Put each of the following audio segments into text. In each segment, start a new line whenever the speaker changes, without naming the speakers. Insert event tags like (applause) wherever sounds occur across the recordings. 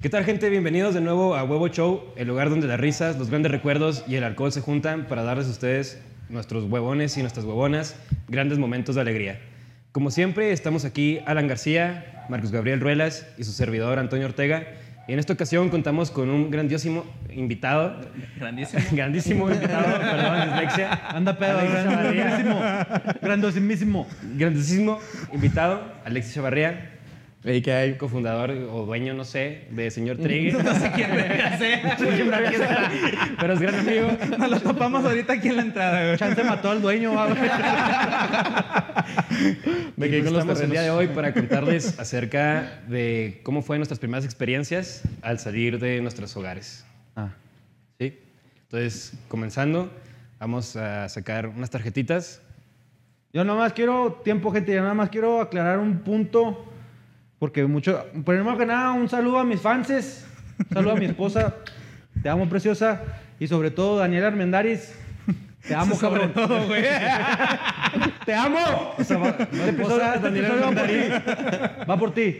¿Qué tal, gente? Bienvenidos de nuevo a Huevo Show, el lugar donde las risas, los grandes recuerdos y el alcohol se juntan para darles a ustedes, nuestros huevones y nuestras huevonas, grandes momentos de alegría. Como siempre, estamos aquí Alan García, Marcos Gabriel Ruelas y su servidor Antonio Ortega. Y en esta ocasión contamos con un grandísimo invitado. (laughs)
Grandísimo. (laughs)
Grandísimo invitado, perdón, dislexia.
Anda pedo,
Alexis
grandísimo. Grandosimísimo.
Grandísimo invitado, Alexis Chavarría,
Ey, ¿qué hay?
cofundador o dueño, no sé, de Señor Trigger. (laughs)
¿Quién verga sea?
Pero es gran amigo.
Nos lo topamos ahorita aquí en la entrada, güey.
Chance Este mató al dueño. va, güey.
Me
Y
quedé
pues
con los
estamos el día de
terrenos.
hoy
(laughs)
para contarles acerca de cómo fueron nuestras primeras experiencias al salir de nuestros hogares.
Ah.
¿sí? Entonces, comenzando, vamos a sacar unas tarjetitas.
Yo nada más quiero tiempo, gente. Yo nada más quiero aclarar un punto. Porque mucho. Primero que nada, un saludo a mis fanses. Un saludo a mi esposa. Te amo, preciosa. Y sobre todo, Daniel Armendaris. Te amo,
Sobre
cabrón.
todo, güey.
¡Te amo! Este episodio-
esposa,
este
Daniel
episodio va por ti. Va por ti.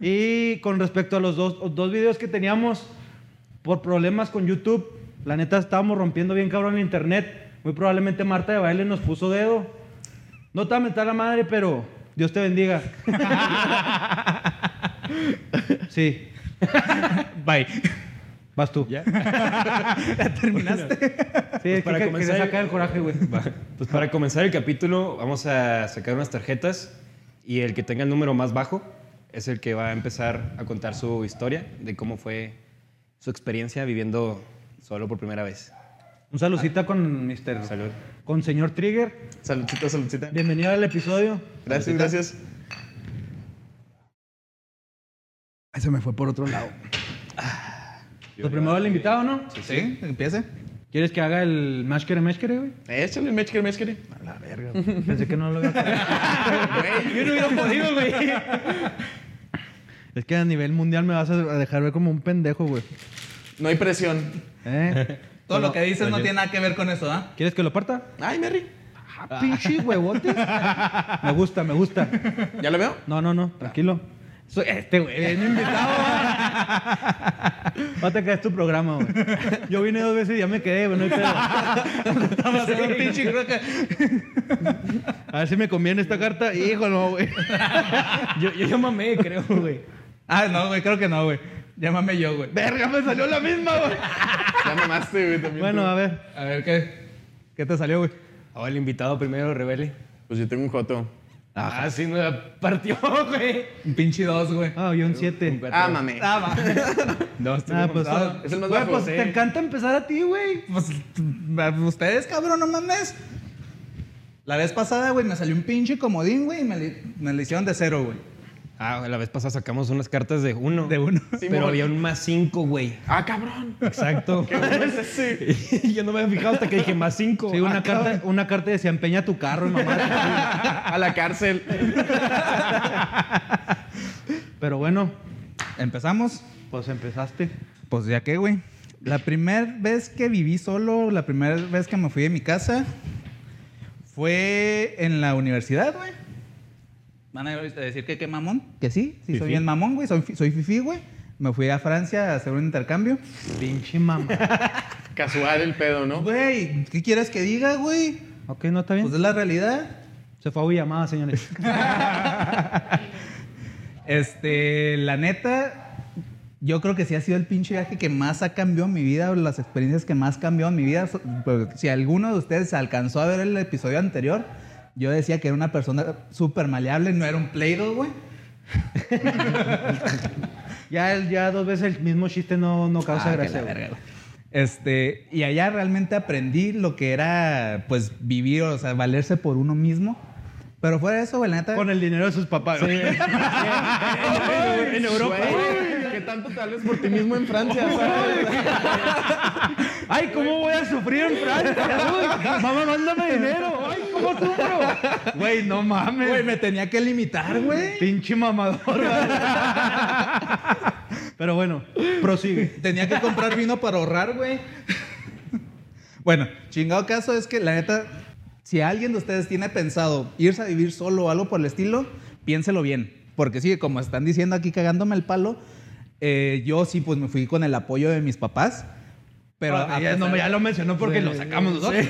Y con respecto a los dos, dos videos que teníamos por problemas con YouTube, la neta estábamos rompiendo bien cabrón el internet. Muy probablemente Marta de Baile nos puso dedo. No te va a mentar la madre, pero Dios
(laughs)
te bendiga. Sí,
Bye.
vas tú.
¿Ya? Pues
¿Terminaste?
Sí, es que
para
que-
comenzar-
quería sacar el coraje, güey.
Va. Pues para comenzar el capítulo, vamos a sacar unas tarjetas y el que tenga el número más bajo es el que va a empezar a contar su historia de cómo fue su experiencia viviendo solo por primera vez.
Un saludcita con Mr.
Salud.
Con señor Trigger.
Saludcita, saludcita.
Bienvenido al episodio.
Gracias, gracias. Ay, se me fue por otro lado.
Lo primero el invitado, ¿no?
Sí, empiece.
¿Quieres que haga el máscara máscara, (laughs) güey?
Échale, mechkere, mechkere. A la verga. güey.
Pensé que no lo iba a hacer.
Yo no hubiera podido, güey.
Es que a nivel mundial me vas a dejar ver como un pendejo, güey.
No hay presión.
(laughs) ¿Eh?
Todo lo que dices no tiene nada que ver con eso, (laughs) ¿ah?
¿Quieres que lo parta?
Ay, Merry.
Ah, pinche huevote. (laughs) me gusta, me gusta.
¿Ya lo veo?
No, no, no, tranquilo. Soy este, güey, es mi invitado. güey. No (laughs) te caes tu programa, güey. (laughs) Yo vine dos veces y ya me quedé, güey, no hay pedo.
Vamos a hacer un pinche croca.
A ver si me conviene esta carta. Híjolo, (laughs) güey.
Yo, yo, mamé, creo, güey.
Ah, no, güey, creo que no, güey. Llámame yo, güey.
Verga, me salió la misma, güey.
Ya mamaste, güey, también.
Bueno,
tú.
a ver.
A ver, ¿qué? ¿Qué te salió, güey?
Ahora Oh, el invitado primero, Rebele.
Pues yo tengo un joto.
Ah, sí, me la partió, güey.
Un pinche dos, güey.
Ah, yo un 7.
Ah, mame.
Ah, (laughs) va.
No, estoy
Ah,
muy
pues.
mamado.
Es el más
Güey,
bajo,
pues
sí.
te encanta empezar a ti, güey.
Pues, t- ustedes, cabrón, no mames. La vez pasada, güey, me salió un pinche comodín, güey, y me, le- me le hicieron de cero, güey.
Ah, la vez pasada sacamos unas cartas de uno.
De uno.
Pero había un más cinco, güey.
Ah, cabrón.
Exacto.
¿Qué bueno es
(laughs)
ese?
yo no me había fijado hasta que dije más cinco.
Sí, una carta, una carta decía empeña tu
(laughs)
carro, mamá.
A la cárcel.
Pero bueno,
Empezamos.
pues empezaste.
Pues ya qué, güey. La primera vez que viví solo, la primera vez que me fui de mi casa, fue en la universidad, güey. Van a decir que qué mamón. Que sí, sí, soy bien mamón, güey. Soy, fi- soy fifi, güey. Me fui a Francia a hacer un intercambio.
Pinche mamá.
Casual el pedo, ¿no?
Güey, ¿qué quieres que diga, güey?
Ok, no está
Pues
bien.
es la realidad.
Se fue a Villamada,
(laughs)
señores.
Este, la neta, yo creo que sí ha sido el pinche viaje que más ha cambiado mi vida, o las experiencias que más cambió en mi vida. So- pues, Si alguno de ustedes alcanzó a ver el episodio anterior, yo decía que era una persona súper maleable, no era un play-doh, güey.
Ya, el- ya dos veces el mismo chiste no, no causa
Ah, que
gracia.
la
güey.
verga, güey. Este, y allá realmente aprendí lo que era, pues, vivir, o sea, valerse por uno mismo. Pero fuera de eso, güey, la neta...
Con el dinero de sus papás. güey.
En Europa. ¿Qué tanto te vales por ti mismo en Francia?
(laughs)
¿sabes?
(laughs) Ay, ¿cómo voy a sufrir en Francia? Uy, mamá, mándame dinero. Ay, ¿cómo sufro? Güey, no mames.
Güey, me tenía que limitar, güey.
Pinche mamador. (laughs) güey. Pero bueno, prosigue.
Tenía que comprar vino para ahorrar, güey. bueno, chingado caso es que la neta, si alguien de ustedes tiene pensado irse a vivir solo o algo por el estilo, piénselo bien. Porque sí, como están diciendo aquí cagándome el palo, eh, yo sí, pues me fui con el apoyo de mis papás. Pero
Ah,
a
ya, no,
pesar-
ya lo mencionó porque lo sacamos nosotros.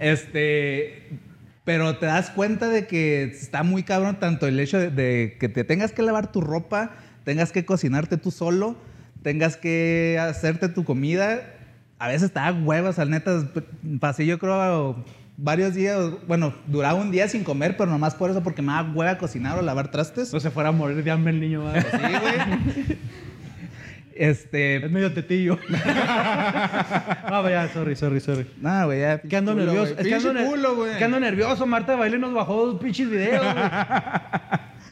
este. Pero te das cuenta de que está muy cabrón tanto el hecho de, de que te tengas que lavar tu ropa, tengas que cocinarte tú solo, tengas que hacerte tu comida. A veces te da huevas, al neta. Pasé yo creo varios días, bueno, duraba un día sin comer, pero nomás por eso, porque me da hueva cocinar o lavar trastes.
No se fuera a morir de hambre el niño. ¿verdad?
Pues, Sí, güey. Este, (laughs)
Es medio tetillo. ah, vaya, sorry, sorry, sorry.
No, güey, ya.
Que ando
culo,
nervioso.
güey.
Es que ando,
Pinche
ner-
culo, güey.
que ando nervioso. Marta de Baile nos bajó dos pinches
(laughs)
videos, güey.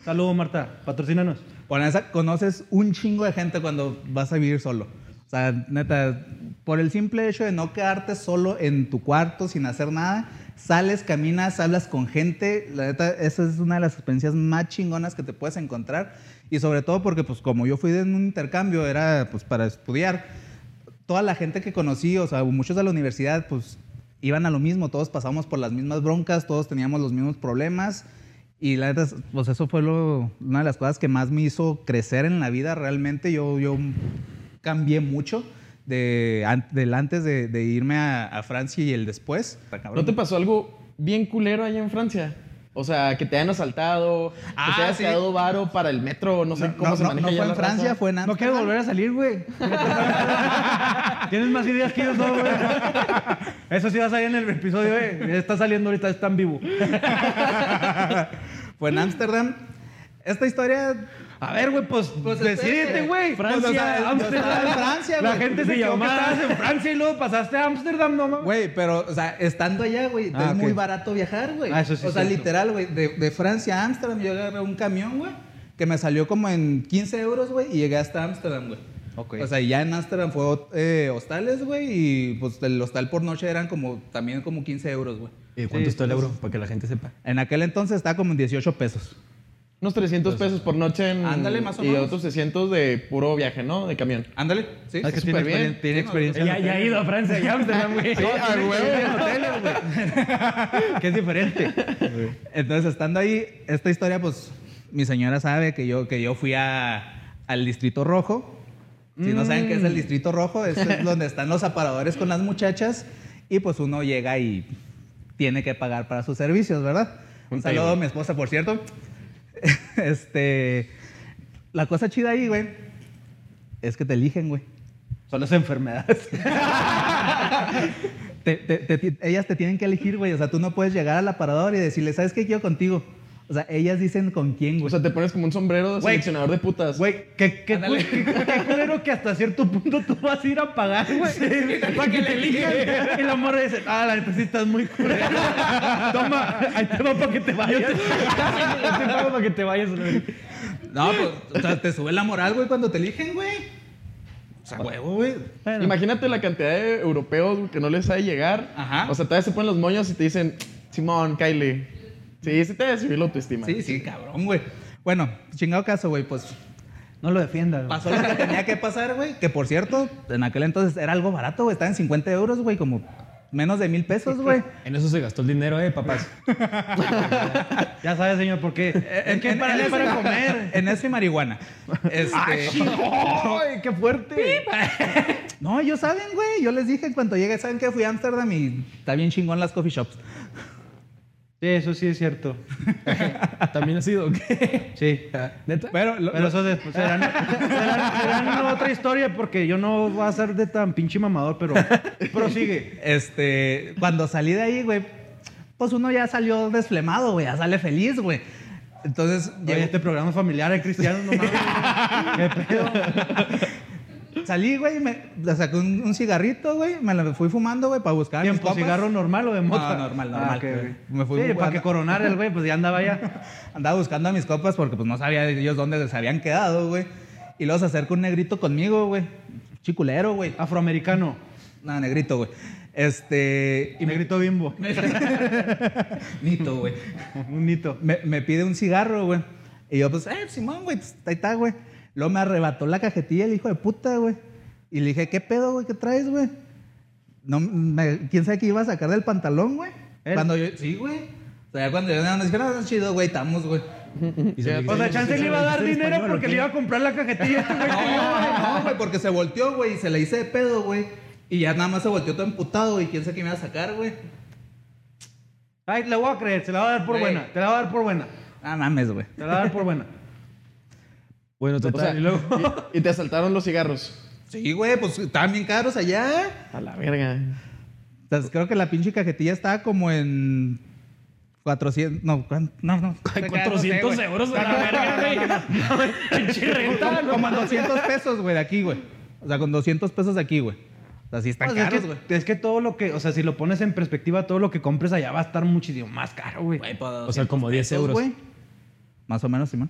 Saludos, Marta. Patrocínanos.
Por esa, conoces un chingo de gente cuando vas a vivir solo. O sea, neta, por el simple hecho de no quedarte solo en tu cuarto sin hacer nada, sales, caminas, hablas con gente. La neta, esa es una de las experiencias más chingonas que te puedes encontrar. Y sobre todo porque, pues, como yo fui en un intercambio, era pues para estudiar. Toda la gente que conocí, o sea, muchos de la universidad, pues iban a lo mismo, todos pasamos por las mismas broncas, todos teníamos los mismos problemas. Y la neta, pues eso fue lo- una de las cosas que más me hizo crecer en la vida realmente. Yo, yo cambié mucho de, an- del antes de, de irme a, a Francia y el después.
¿No te pasó algo bien culero allá en Francia? O sea, que te hayan asaltado,
Ah,
que te hayas
sí.
quedado varo para el metro, no sé
No,
cómo
no,
se
no,
maneja
no
allá
fue en
la
Francia,
raza.
fue en
No quieres
Ámsterdam.
volver a
(laughs)
salir, güey. Tienes más ideas que yo, no, güey. Eso sí va a salir en el episodio, eh. Está saliendo ahorita, está en vivo.
Fue en Ámsterdam. Esta historia
A ver, güey, pues,
espérate.
decídete, güey.
Francia,
Pues, o sea,
yo estaba en Francia,
La
güey.
gente se
Mi
equivocó que
mamá.
estabas en Francia y luego pasaste a Ámsterdam, no mames.
Güey, pero, o sea, estando allá, güey,
Ah,
es
ok.
muy barato viajar, güey.
Ah, eso sí
O
es
sea,
cierto.
literal, güey, de, de Francia a Ámsterdam, yo agarré un camión, güey, que me salió como en 15 euros, güey, y llegué hasta Ámsterdam, güey.
Ok.
O sea, ya en Ámsterdam fue eh, hostales, güey, y pues el hostal por noche eran como, también como 15 euros, güey.
Ah, ¿Y cuánto está el euro? Para que la gente sepa.
En aquel entonces estaba como en 18 pesos.
Unos 300 pesos por noche en,
Ándale, más o
y
menos.
otros 600 de puro viaje, ¿no? De camión.
Ándale, sí.
Es que tiene,
súper bien.
experien- tiene experiencia.
Ya, ya ha ido a Francia y Ámsterdam, güey.
Sí,
ah,
a
(laughs)
huevo.
que es diferente.
Entonces, estando ahí, esta historia, pues, mi señora sabe que yo, que yo fui a, al Distrito Rojo. Si no saben qué es el Distrito Rojo, es es donde están los aparadores con las muchachas. Y pues uno llega y tiene que pagar para sus servicios, ¿verdad? Un,
Un
saludo a
table.
mi esposa, por cierto. (laughs) este. La cosa chida ahí, güey, es que te eligen, güey.
Son las enfermedades.
(laughs) Te- te- te- ti- ellas te tienen que elegir, güey. O sea, tú no puedes llegar al aparador y decirle, ¿sabes qué quiero contigo? O sea, ellas dicen con quién, güey.
O sea, te pones como un sombrero de
Güey.
seleccionador de putas.
Güey, qué, qué, cu- qué- qué culero que hasta cierto punto tú vas a ir a pagar, güey. para que te elijan. Y la morra dice, ah, la neta sí estás muy (laughs) culero. Toma, ahí te va para que te vayas. Yo te, pago para que te vayas.
No, pues, o sea, te sube la moral, güey, cuando te eligen, güey. O sea, huevo, güey.
Imagínate la cantidad de europeos güey, que no les sabe llegar.
Ajá.
O sea, todavía se ponen los moños y te dicen, Simón, Kylie. Sí, sí te debe subir la autoestima.
Sí, sí, cabrón, güey. Bueno, chingado caso, güey, pues
No lo defiendas. güey.
pasó lo que tenía que pasar, güey. Que por cierto, en aquel entonces era algo barato, güey. Estaba en 50 euros, güey, como menos de mil pesos, güey.
En eso se gastó el dinero, eh, papás.
Ya sabes, señor, por qué. Es que para,
ese-
para comer.
En eso y (laughs) marihuana. Este,
¡Ay, qué fuerte!
no, ellos saben, güey. Yo les dije en cuanto llegué, saben que fui a Ámsterdam y está bien chingón las coffee shops.
Sí, eso sí es cierto.
¿También ha sido? ¿Qué?
Sí.
¿Neta?
Pero, lo-
Pero eso después serán, serán- serán otra historia porque yo no voy a ser de tan pinche mamador, pero prosigue.
Este, cuando salí de ahí, güey, pues uno ya salió desflemado, güey, ya sale feliz, güey. Entonces,
Oye,
llegó-
este programa es familiar de cristianos, no mames.
(laughs)
¿Qué pedo?
salí, güey, me le saqué un, un cigarrito, güey, me lo fui fumando, güey, para buscar a mis
¿Tiempo
compas.
cigarro normal o de mota?
No, normal, normal.
ok, ok.
Me fui
sí,
jugando.
para que coronara el güey, pues ya andaba
(laughs)
ya.
Andaba buscando a mis copas porque pues no sabía ellos dónde se habían quedado, güey. Y luego se acerca un negrito conmigo, güey. Chiculero, güey.
Afroamericano.
No, negrito, güey. Este,
Y negrito
(laughs)
bimbo.
nito, güey.
Un nito.
me, me pide un cigarro, güey. Y yo, pues, eh, Simón, güey, pues, ahí está, güey. Luego me arrebató la cajetilla el hijo de puta, güey. Y le dije, ¿qué pedo, güey? ¿Qué traes, güey? No, me- ¿Quién sabe qué iba a sacar del pantalón, güey?
¿Él? (laughs)
Cuando yo, sí, güey. O sea, cuando yo, no, no, dije, no, no, chido, güey, estamos, güey.
Y se le-
O sea, Chance le iba a dar
¿En
dinero
español o
porque
qué?
le iba a comprar la cajetilla. a
(laughs)
este güey.
No, no, güey, porque se volteó, güey, y se le hice de pedo, güey. Y ya nada más se volteó todo emputado, güey. ¿Quién sabe qué me iba a sacar, güey?
Ay, la voy a creer, se la va a dar por
Güey.
buena. Te la va a dar por buena.
Ah, mames, güey.
Te la va a dar
(laughs)
por buena.
Bueno,
O
total,
sea,
y luego...
(laughs) y, y te asaltaron los cigarros.
Sí, güey, pues estaban bien caros allá.
A la verga.
Entonces creo que la pinche cajetilla estaba como en 400, no, ¿cuán- no, no. (laughs)
Ay, 400 euros a la verga,
(laughs)
güey. No, güey. Pinche renta, no
Como en 200 pesos, güey, de aquí, güey. O sea, con 200 pesos de aquí, güey. Así están
O sea,
caros,
pues, es,
güey.
que, es que todo lo que, o sea, si lo pones en perspectiva, todo lo que compres allá va a estar muchísimo más caro, güey.
Güey, pues,
O sea, como 10
200
euros.
Pues, güey. Más o menos, Simón.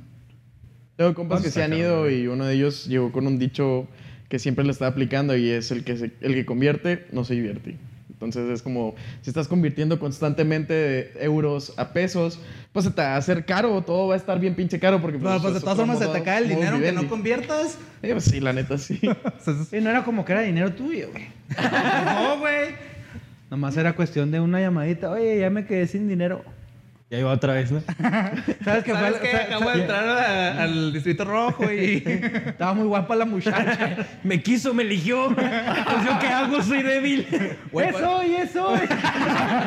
Tengo compas que se han ido y uno de ellos llegó con un dicho que siempre le está aplicando y es el que, se- el que convierte no se divierte. Entonces es como, si estás convirtiendo constantemente de euros a pesos, pues se te va a hacer caro, todo va a estar bien pinche caro porque...
Pero pues de
es
todas
otro
formas se
modo-
te cae el
modo
dinero que
vivendi.
no (laughs) conviertas.
Eh, pues sí, la
(laughs)
neta, sí.
O sea, eso es-
Y no era como que era dinero tuyo, güey.
No, güey.
Nomás era cuestión de una llamadita. Oye, ya me quedé sin dinero.
Y ahí va otra vez, ¿no?
(laughs) ¿Sabes qué?
¿Sabes qué? Acabo de entrar a- al Distrito Rojo (laughs) y...
Estaba muy guapa la muchacha.
Me quiso, me (laughs) eligió. (laughs) Pues yo qué hago, soy
(laughs)
débil. pues.
Güey,
eso y eso.
(laughs)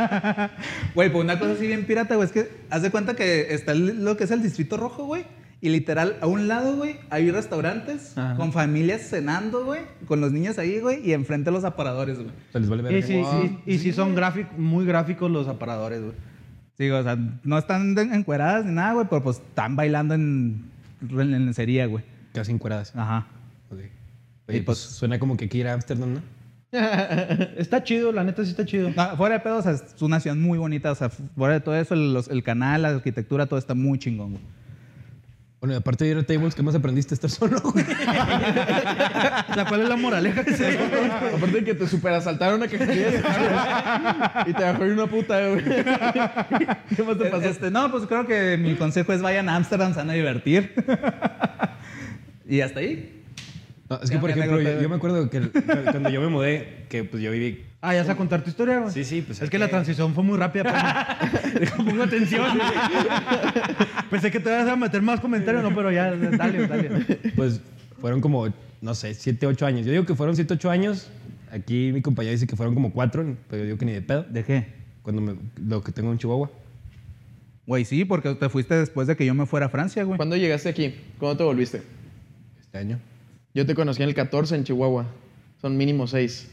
Güey, pues una cosa así bien pirata, güey, es que haz de cuenta que está el- lo que es el Distrito Rojo, güey. Y literal, a un lado, güey, hay restaurantes
Ajá.
con familias cenando, güey, con los niños ahí, güey, y enfrente los aparadores, güey.
Se les vale
y
verga.
sí, sí, y sí son gráfic- muy gráficos los aparadores, güey. (laughs)
Sí, o sea, no están de- encueradas ni nada, güey, pero pues están bailando en, en lencería, güey.
Casi encueradas.
Ajá.
Ok. Oye, pues suena como que aquí ir a Ámsterdam, ¿no?
Está chido, la neta sí está chido.
No, fuera de pedo, o sea, es una ciudad muy bonita, o sea, fuera de todo eso, los- el canal, la arquitectura, todo está muy chingón, güey.
Bueno, y aparte de ir a tables, ¿qué más aprendiste a estar solo, güey?
O sea, ¿cuál es la moraleja que se
Aparte de que te superasaltaron a cajetilla de cigarros y te dejó ir una puta, güey. ¿Qué más te pasó?
Este, no, pues creo que mi consejo es vayan a Ámsterdam, se van a divertir. (laughs) y hasta ahí.
No, es que, por
Ya me
ejemplo,
anécdota,
yo, yo me acuerdo que el- cuando yo me mudé, que pues yo viví...
Ah, ya vas a contar tu historia, güey.
Sí, sí, pues,
Es
es
que la
que-
transición fue muy rápida.
(laughs)
pero- Pongo atención. (laughs) Pensé que te ibas a meter más comentarios, no, pero ya, dale, dale.
Pues fueron como, no sé, 7, 8 años. Yo digo que fueron 7, 8 años. Aquí mi compañero dice que fueron como 4, pero yo digo que ni de pedo.
¿De qué?
Cuando me, lo que tengo en Chihuahua.
Güey, sí, porque te fuiste después de que yo me fuera a Francia, güey.
¿Cuándo llegaste aquí? ¿Cuándo te volviste?
Este año.
Yo te conocí en el 14 en Chihuahua. Son mínimo 6.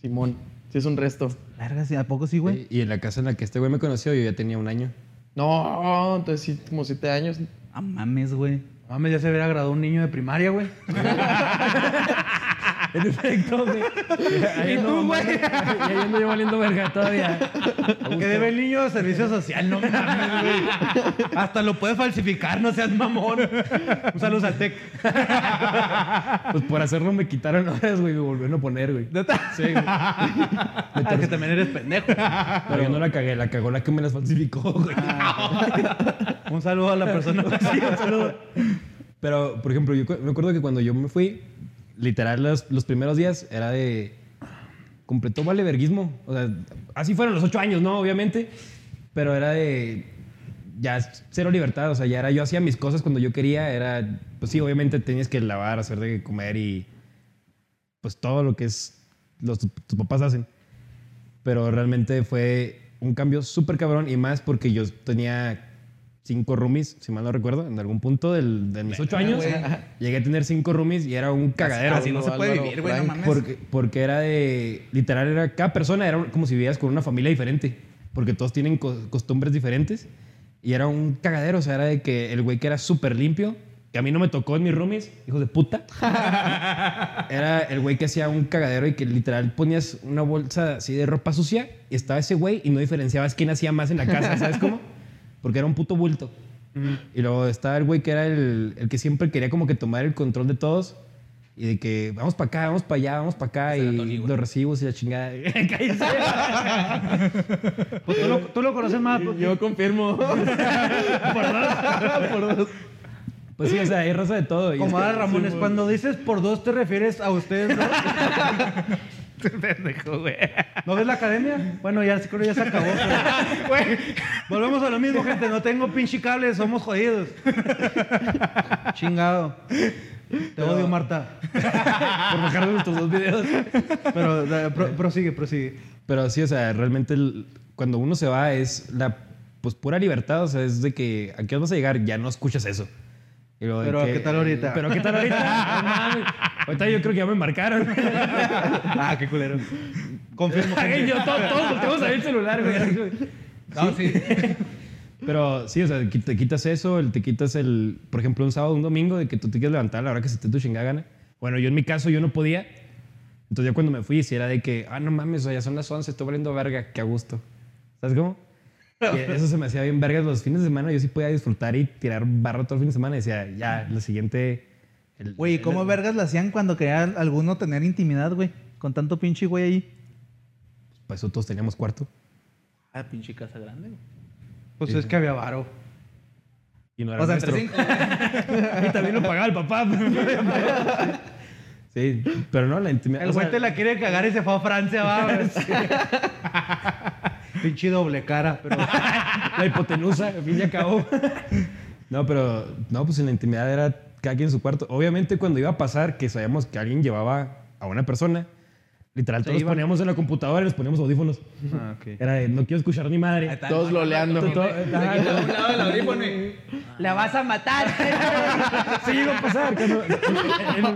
Simón, sí es un resto.
Larga, sí, ¿a poco sí, güey?
Y en la casa en la que este güey me conoció, yo ya tenía un año.
No, entonces sí, como 7 años.
Ah, mames, güey.
Mames, ya se hubiera graduado un niño de primaria, güey.
En efecto, (laughs) güey. Ahí
¿Y tú, güey?
Ahí ando yo valiendo verga todavía.
Que debe el niño de servicio social, no mames, güey. Hasta lo puede falsificar, no seas mamón. Un saludo al TEC.
Pues por hacerlo me quitaron horas, güey. Me volvieron a poner, güey. Sí, güey.
Ah, que también eres pendejo.
Pero yo no la cagué. La cagó la que me las falsificó, güey.
Un saludo a la persona. Sí, un saludo.
Pero, por ejemplo, yo cu- me acuerdo que cuando yo me fui, literal, los, los primeros días era de. Completó valeverguismo. O sea, así fueron los ocho años, ¿no? Obviamente. Pero era de. Ya cero libertad. O sea, ya era. Yo hacía mis cosas cuando yo quería. Era. Pues sí, obviamente tenías que lavar, hacer de comer y. Pues todo lo que es. Los, tus papás hacen. Pero realmente fue un cambio súper cabrón y más porque yo tenía cinco roomies, si mal no recuerdo, en algún punto del- de mis ocho años. Llegué a tener cinco roomies y era un cagadero.
Así no se puede
Álvaro
vivir, güey, no
Frank,
mames. (laughs)
Porque, porque era de. Literal, era. Cada persona era como si vivieras con una familia diferente. Porque todos tienen co- costumbres diferentes. Y era un cagadero. O sea, era de que el güey que era súper limpio, que a mí no me tocó en mis roomies, hijos de puta. era el güey que hacía un cagadero y que literal ponías una bolsa así de ropa sucia y estaba ese güey y no diferenciabas quién hacía más en la casa, ¿sabes cómo? Porque era un puto bulto. Y luego estaba el güey que era el, el que siempre quería como que tomar el control de todos. Y de que vamos para acá, vamos para allá, vamos para acá. Y los recibos y la chingada. (laughs) Cállense.
Pues tú lo, tú lo conoces más. pues,
Yo confirmo. Por dos.
pues sí, o sea, hay raza de todo. Y
Como
es que- (laughs)
Adal Ramones, cuando dices por dos te refieres a ustedes dos.
Pendejo, güey.
¿No ves la academia? Bueno, ya, creo que ya se acabó. pero- Volvemos a lo mismo, gente. No tengo pinche cable, somos jodidos. Chingado. Te odio, Marta.
por bajar de nuestros dos videos.
Pero da- pro- prosigue, prosigue.
Pero sí, o sea, realmente el- cuando uno se va es la pues pura libertad, o sea, es de que a qué hora vas a llegar ya no escuchas eso. Y luego de
Pero,
que-
¿qué tal ahorita?
Pero qué tal
(laughs)
ahorita? No mames. ahorita yo creo que ya me marcaron.
Ah, qué culero. Confirmo.
Ay, yo, to- todos
(laughs)
volteamos a ver el celular, güey.
No, sí.
(laughs) Pero sí, o sea, qui- te quitas eso, el- te quitas el, por ejemplo, un sábado, un domingo, de que tú te quieres levantar a la hora que se te dé tu chingada gana. Bueno, yo en mi caso, yo no podía. Entonces, ya cuando me fui, sí era de que, ah, no mames, o sea, ya son las 11, estoy valiendo verga, qué a gusto. ¿Sabes cómo? Y eso se me hacía bien vergas. Los fines de semana yo sí podía disfrutar y tirar barro todo el fin de semana. Y decía, ya, la siguiente. el-
Güey, ¿cómo vergas la hacían cuando quería alguno tener intimidad, güey? Con tanto pinche güey ahí.
Para eso pues, todos teníamos cuarto.
Ah, pinche casa grande, güey.
Pues es que había varo.
Y no era
O sea, entre
nuestro.
cinco. güey.
Y también lo pagaba el papá. (laughs) sí, pero no, la intimidad.
El
o sea,
güey te la quiere cagar y se fue a Francia,
(laughs)
va. güey. Pinche doble cara, pero.
Ah, La hipotenusa, al fin y al cabo. (laughs) No, pero, no, pues en la intimidad era cada quien en su cuarto. Obviamente, cuando iba a pasar que sabíamos que alguien llevaba a una persona, literal, todos
iban.
poníamos en la computadora y les poníamos audífonos.
Ah, ok.
Era de, no quiero escuchar a mi madre.
Ahí está,
Todos
no,
loleando.
no, no,
Todo-
no, no,
ajá.
le quitó un lado del audífono y-
Ah.
La vas a
(laughs)
matar.
Sí llegó
pues,
a pasar. cuando- en,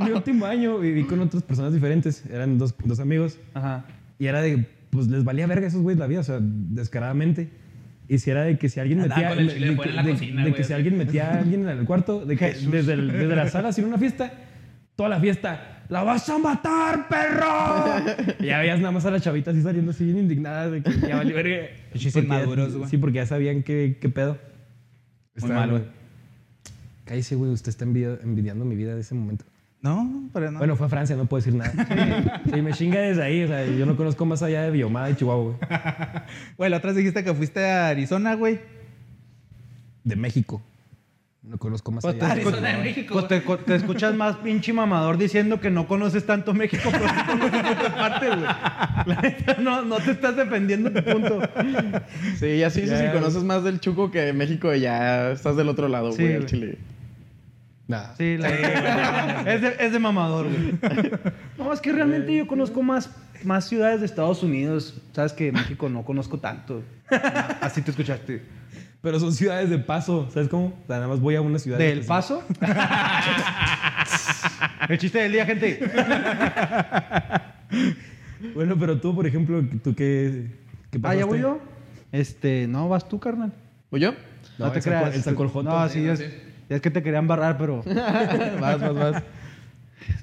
(laughs) en mi último año viví con otras personas diferentes. Eran dos, dos amigos.
Ajá.
Y era de, pues les valía verga a esos güeyes la vida, o sea, descaradamente. Y si era de que si alguien
Andaban
metía.
con el chile
de,
de fuera en la
de-
cocina,
de
güey,
que
así.
si alguien metía a alguien en el cuarto, de que desde, el- desde la sala sin una fiesta, toda la fiesta, ¡la vas a matar, perro! y ya veías nada más a la chavita así saliendo así bien indignada de que ya valió verga.
Pinches
Porque ya-
inmaduros, güey.
Sí, porque ya sabían qué, qué pedo. Estaba-
mal, güey.
Cállese, güey, usted está envidia- envidiando mi vida de ese momento.
No, pero no.
Bueno, fue a Francia, no puedo decir nada. Sí, me chinga desde ahí. O sea, yo no conozco más allá de Biomada y Chihuahua, güey.
Güey, la otra vez dijiste que fuiste a Arizona, güey.
De México. No conozco más
Pues te,
allá.
Arizona,
escu-
México,
pues te co- te escuchas más pinche mamador diciendo que no conoces tanto México, pero sí conoces otras partes, güey. La neta, no, no te estás defendiendo tu punto.
Sí, ya sí dices
Ya.
que conoces más del Chuco que de México, ya estás del otro lado,
Sí,
güey, al
güey.
Chile.
Nada.
Sí, la es, de, es de mamador, güey. No, es que realmente yo conozco más, más ciudades de Estados Unidos. Sabes que México no conozco tanto. Ah, Así te escuchaste.
Pero son ciudades de paso. ¿Sabes cómo? O sea, nada más voy a una ciudad.
¿Del
específica.
Paso? El chiste del día, gente.
Bueno, pero tú, por ejemplo, ¿tú qué, qué
Ah, ya voy yo.
pasaste?
Este, no, vas tú, carnal.
¿O yo?
No,
No, te
él sacó-
creas.
él sacó el joto.
No, sí, yo es, es que te querían barrar, pero.
Vas, vas, vas.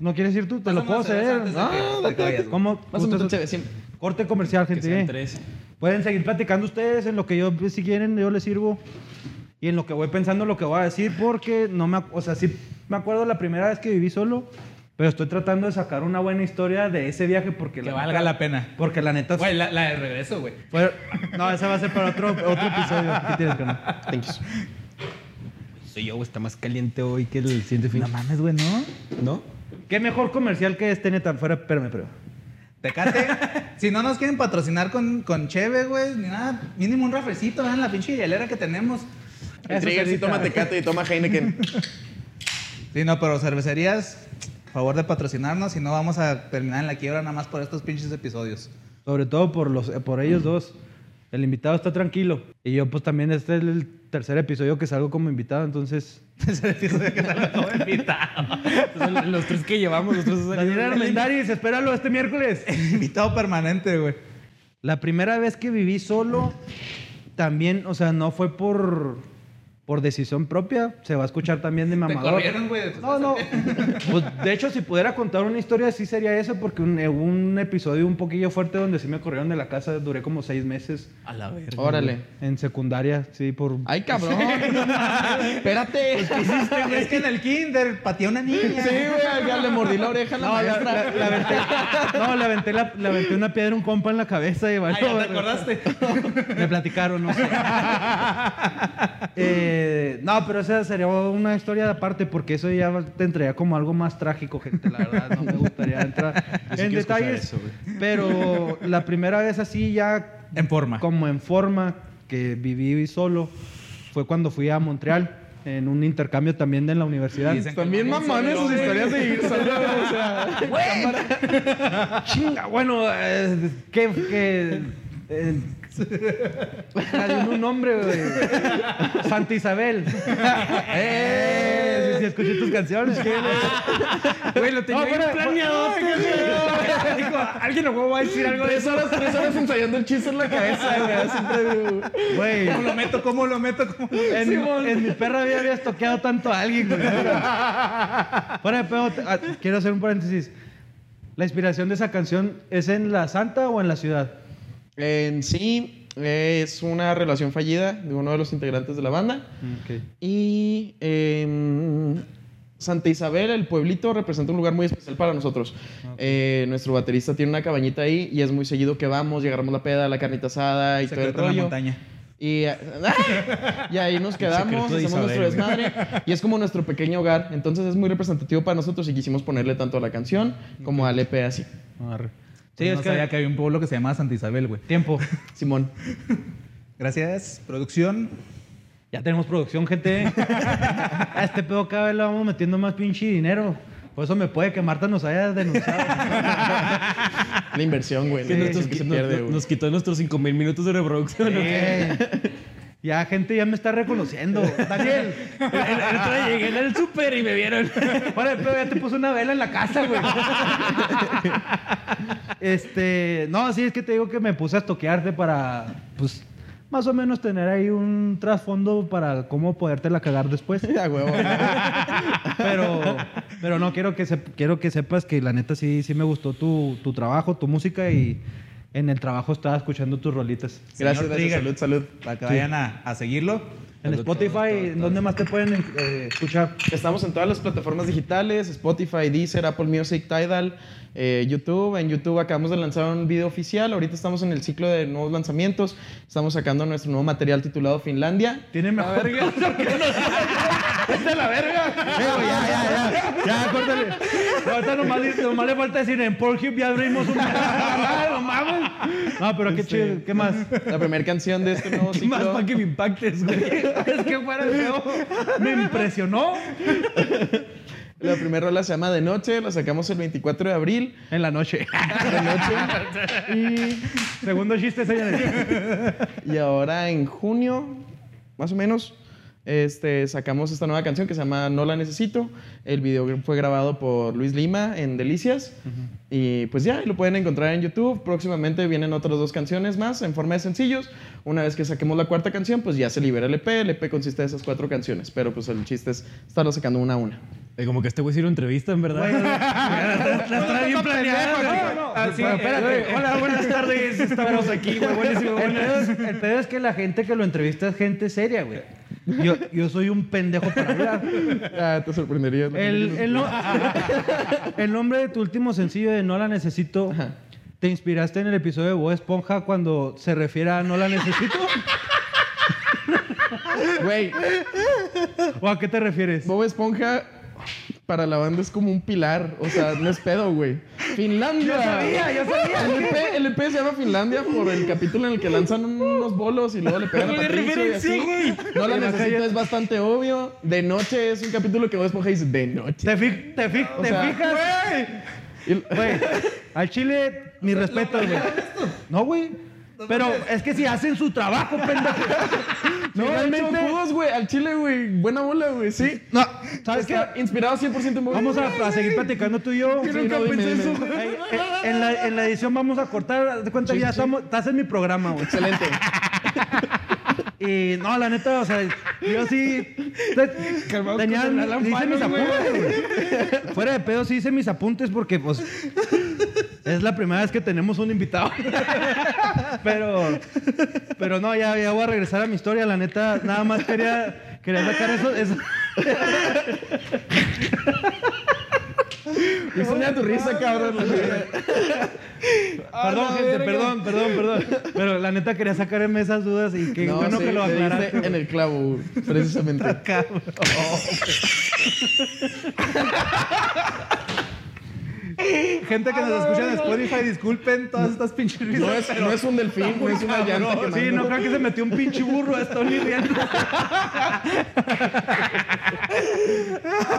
¿No quieres ir tú? Te
Pásame
lo puedo
una cerveza
ceder.
antes de
Ah,
que- de que vayas, güey.
¿Cómo?
Más o menos
Ustedes-
chévere, siempre.
Corte comercial, gente.
Que sean
eh.
tres.
Pueden seguir platicando ustedes en lo que yo, si quieren, yo les sirvo. Y en lo que voy pensando, lo que voy a decir, porque no me. ac- O sea, sí me acuerdo la primera vez que viví solo, pero estoy tratando de sacar una buena historia de ese viaje porque.
Que
neta-
valga la pena.
Porque la neta.
Güey, la, la del regreso, güey.
fue- no, esa va a ser para otro, otro episodio. ¿Qué tienes, carnal?
Thank you.
Soy yo, güey, está más caliente hoy que el siguiente fin.
No mames, güey, ¿no?
¿No?
¿Qué mejor comercial que este, neta? Fuera, espérame, pero.
Tecate. si no nos quieren patrocinar con, con Cheve, güey, ni nada, mínimo un refrescito, vean la pinche hielera que tenemos.
Eso se
Trigger sí
edita.
toma Tecate y toma Heineken.
Sí, no, pero cervecerías, favor de patrocinarnos, si no vamos a terminar en la quiebra nada más por estos pinches episodios.
Sobre todo por, los, eh, por ellos dos. El invitado está tranquilo. Y yo, pues también, este es el tercer episodio que salgo como invitado, entonces.
Ese episodio que sale todo invitado.
los tres que llevamos, los tres
Daniel Armendaris, espéralo este miércoles.
invitado permanente, güey.
La primera vez que viví solo, también, o sea, no fue por, por decisión propia. Se va a escuchar también de
Te
mamador.
corrieron, güey.
No, no. Pues, de hecho, si pudiera contar una historia, sí sería eso, porque un, un episodio un poquillo fuerte donde sí me corrieron de la casa, duré como seis meses
A la verga.
Órale.
en secundaria, sí, por...
Ay, cabrón. Espérate. Sí,
(laughs) Es que en el kinder pateé a una niña.
güey, ya le mordí la oreja a la
No, la,
maestra.
la- la aventé,
(laughs)
no, le aventé, la- le aventé una piedra a un compa en la cabeza y valió
Ay, ya te
verga.
acordaste.
Me platicaron, no sé. Eh, no, pero esa sería una historia de aparte porque eso ya te entraría como algo más trágico, gente. La verdad, no me gustaría entrar
Yo sí
en
quiero escuchar
detalles.
eso, güey.
Pero la primera vez así ya
En forma.
como en forma que viví solo fue cuando fui a Montreal en un intercambio también de la universidad.
Dicen que
También
el Monín
mamones
salió,
sus
güey.
historias de ir solo, o sea,
(laughs)
Chinga, bueno, eh, que... que eh, salió un nombre, güey. Santa
(laughs)
Isabel. eh, si escuché tus canciones.
Güey, lo tenía
No,
bien
fuera-
planeado. Dijo, alguien a huevo va a decir algo de
tres
eso.
horas, tres horas ensayando el chiste en la cabeza, güey. Siempre digo,
Güey,
¿Cómo lo meto? ¿Cómo lo meto? ¿Cómo lo-
(laughs) en, en mi perra vida habías toqueado tanto a alguien, güey. Fuera de pedo, te- ah, quiero hacer un paréntesis. ¿La inspiración de esa canción es en la santa o en la ciudad?
En sí, eh, es una relación fallida de uno de los integrantes de la banda. Y em, Santa Isabel, el pueblito, representa un lugar muy especial para nosotros. Eh, nuestro baterista tiene una cabañita ahí y es muy seguido que vamos, llegamos la peda, la carnita asada y todo el
Secreto en la
rollo.
montaña.
Y, ah, y ahí nos quedamos,
secreto de
hacemos nuestro
Isabel,
desmadre. Y es como nuestro pequeño hogar. Entonces es muy representativo para nosotros y quisimos ponerle tanto a la canción como al EP así.
Sí,
Yo
es
no
que-
sabía que había un pueblo que se llamaba Santa Isabel, güey.
Tiempo.
Simón.
Gracias, producción.
Ya tenemos producción, gente. (laughs) A este pedo cada vez le vamos metiendo más pinche dinero. Por eso me puede que Marta nos haya denunciado.
La inversión, güey.
Que
la
nos-
inversión que se
nos-
pierde,
nos,
güey.
nos quitó nuestros 5000 minutos de reproducción. ¿no?
Eh, Ya, gente, ya me está reconociendo. Daniel,
El, el- el otro día llegué en el súper y me vieron.
para el pedo ya te puse una vela en la casa, güey. Este, no, sí, es que te digo que me puse a estoquearte para, pues, más o menos tener ahí un trasfondo para cómo poderte la cagar después.
(laughs) A huevo, güey.
pero, pero no, quiero que, sep- quiero que sepas que la neta sí, sí me gustó tu, tu trabajo, tu música y en el trabajo estaba escuchando tus rolitas.
Gracias,
Señor
gracias. Salud,
Trigger.
salud.
Para que vayan a, a seguirlo.
En Spotify, ¿dónde más te pueden eh, escuchar?
Estamos en todas las plataformas digitales, Spotify, Deezer, Apple Music, Tidal, eh, YouTube. En YouTube acabamos de lanzar un video oficial. Ahorita estamos en el ciclo de nuevos lanzamientos. Estamos sacando nuestro nuevo material titulado Finlandia.
Tiene mejor.
(laughs) ¡Esta la verga!
Pero ya, ya, ya. Ya, córtale. Ahorita nomás, le- nomás le falta decir en Pornhub ya abrimos un. (laughs) no mames. No, pero qué chido. ¿Qué (laughs) más?
La primera canción de este nuevo
Más
ciclo.
para que me impactes, güey.
(laughs) Es que fuera el peor. Me impresionó.
La primera rola se llama De Noche. La sacamos el 24 de abril.
En la (laughs) noche.
De Noche.
Segundo chiste, (laughs) señores.
Y ahora en junio, más o menos, este, sacamos esta nueva canción que se llama No la necesito. El video fue grabado por Luis Lima en Delicias. Y pues ya, lo pueden encontrar en YouTube. Próximamente vienen otras dos canciones más en forma de sencillos. Una vez que saquemos la cuarta canción, pues ya se libera el EP. El EP consiste de esas cuatro canciones. Pero pues el chiste es estarlo sacando una a una.
Como que este güey hicieron entrevista, en verdad. (laughs)
Las trae bien planeadas. No, no. Bueno, espérate. Hola, buenas (laughs) tardes. Estamos aquí, güey. Buenísimo, buenas. El pedo, es, el pedo es que la gente que lo entrevista es gente seria, güey. Yo, yo soy un pendejo para hablar.
Ah, te sorprendería.
El, el no- ah, el nombre de tu último sencillo de No la necesito,
Ajá.
¿te inspiraste en el episodio de Bob Esponja cuando se refiere a No la necesito?
Güey,
¿O a qué te refieres?
Bob Esponja para la banda es como un pilar. O sea, no es pedo, güey. Finlandia. Yo sabía, yo sabía. El EP, el EP se llama Finlandia por el capítulo en el que lanzan unos bolos y luego le pegan a Patricio y así. No la necesito, es bastante obvio. De noche es un capítulo que Bob Esponja dice, de noche.
¿Te, fi- te fi-
O
te
sea,
fijas?
Y-
Güey, al chile, mi respeto, güey. No, güey. Pero es que si hacen su trabajo, pendejo.
no, realmente...
realmente-
güey, al chile, güey. Buena bola, güey, sí.
No, ¿sabes qué?
Está inspirado 100% en Bob
Vamos a,
Esponja.
a seguir platicando tú y yo.
Sí, no, dime, dime.
Ahí, eh, en, la, en la edición vamos a cortar, haz de cuenta,
Sí,
ya
sí, sí.
estamos, estás en mi programa, güey.
Excelente.
(laughs) Y no, la neta, o sea, yo sí. te-
Calmaos
tenía-
con el Alan
hice
Fano,
mis apuntes, güey. Fuera de pedo, sí hice mis apuntes porque, pues. Es la primera vez que tenemos un invitado. (laughs) Pero. Pero no, ya, ya voy a regresar a mi historia. La neta, nada más quería, quería sacar eso.
(laughs)
eso.
Y suena tu risa, cabrón. la neta.
Perdón,
la
gente,
verga.
perdón, perdón, perdón. Pero la neta quería sacarme esas dudas y qué
No,
bueno
sí,
(laughs) que lo
le diste
aclaraste.
En el clavo, güey, precisamente.
gente que nos escucha en Spotify, disculpen todas estas pinches risas.
No es, no es un delfín, no es una llanta que
Sí, no creo que se metió un pinche burro a Stony riendo.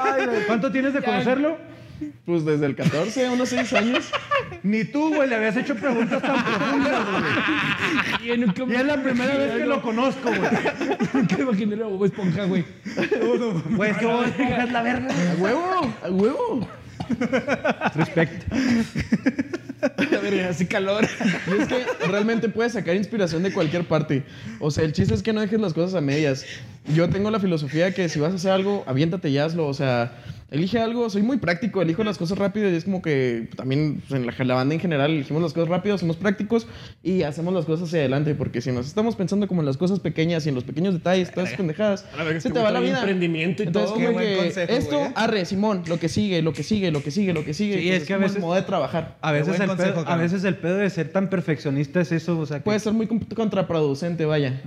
Ay, güey. ¿Cuánto tienes de conocerlo?
Pues desde el 14 a unos 6 años.
Ni tú, güey, le habías hecho preguntas (laughs) tan profundas, güey.
Yo nunca
Y
me
es la primera vez que lo conozco, güey.
(laughs)
nunca me imaginé la Bob Esponja, güey.
Güey, es que vos es la verga.
¡A huevo! ¡A huevo!
Respect.
(laughs)
Hace calor.
Y es que realmente puedes sacar inspiración de cualquier parte. O sea, el chiste es que no dejes las cosas a medias. Yo tengo la filosofía de que si vas a hacer algo, aviéntate y hazlo. O sea, elige algo. Soy muy práctico, elijo las cosas rápido y es como que también pues, en la, la banda en general elegimos las cosas rápido, somos prácticos y hacemos las cosas hacia adelante. Porque si nos estamos pensando como en las cosas pequeñas y en los pequeños detalles, todas esas pendejadas,
A la verga,
se
este
te va
güey
la
trae
vida.
emprendimiento y
Entonces,
todo,
como
qué buen
que
consejo,
esto,
güey, ¿eh?
arre, Simón, lo que sigue, lo que sigue, lo que sigue, lo que sigue.
Sí,
Entonces,
es que a
como el
veces-
modo de trabajar.
A veces,
Buen
el
consejo,
pedo, a
cabrón.
veces el pedo de ser tan perfeccionista es eso, o sea, que
puede ser muy comp- contraproducente, vaya.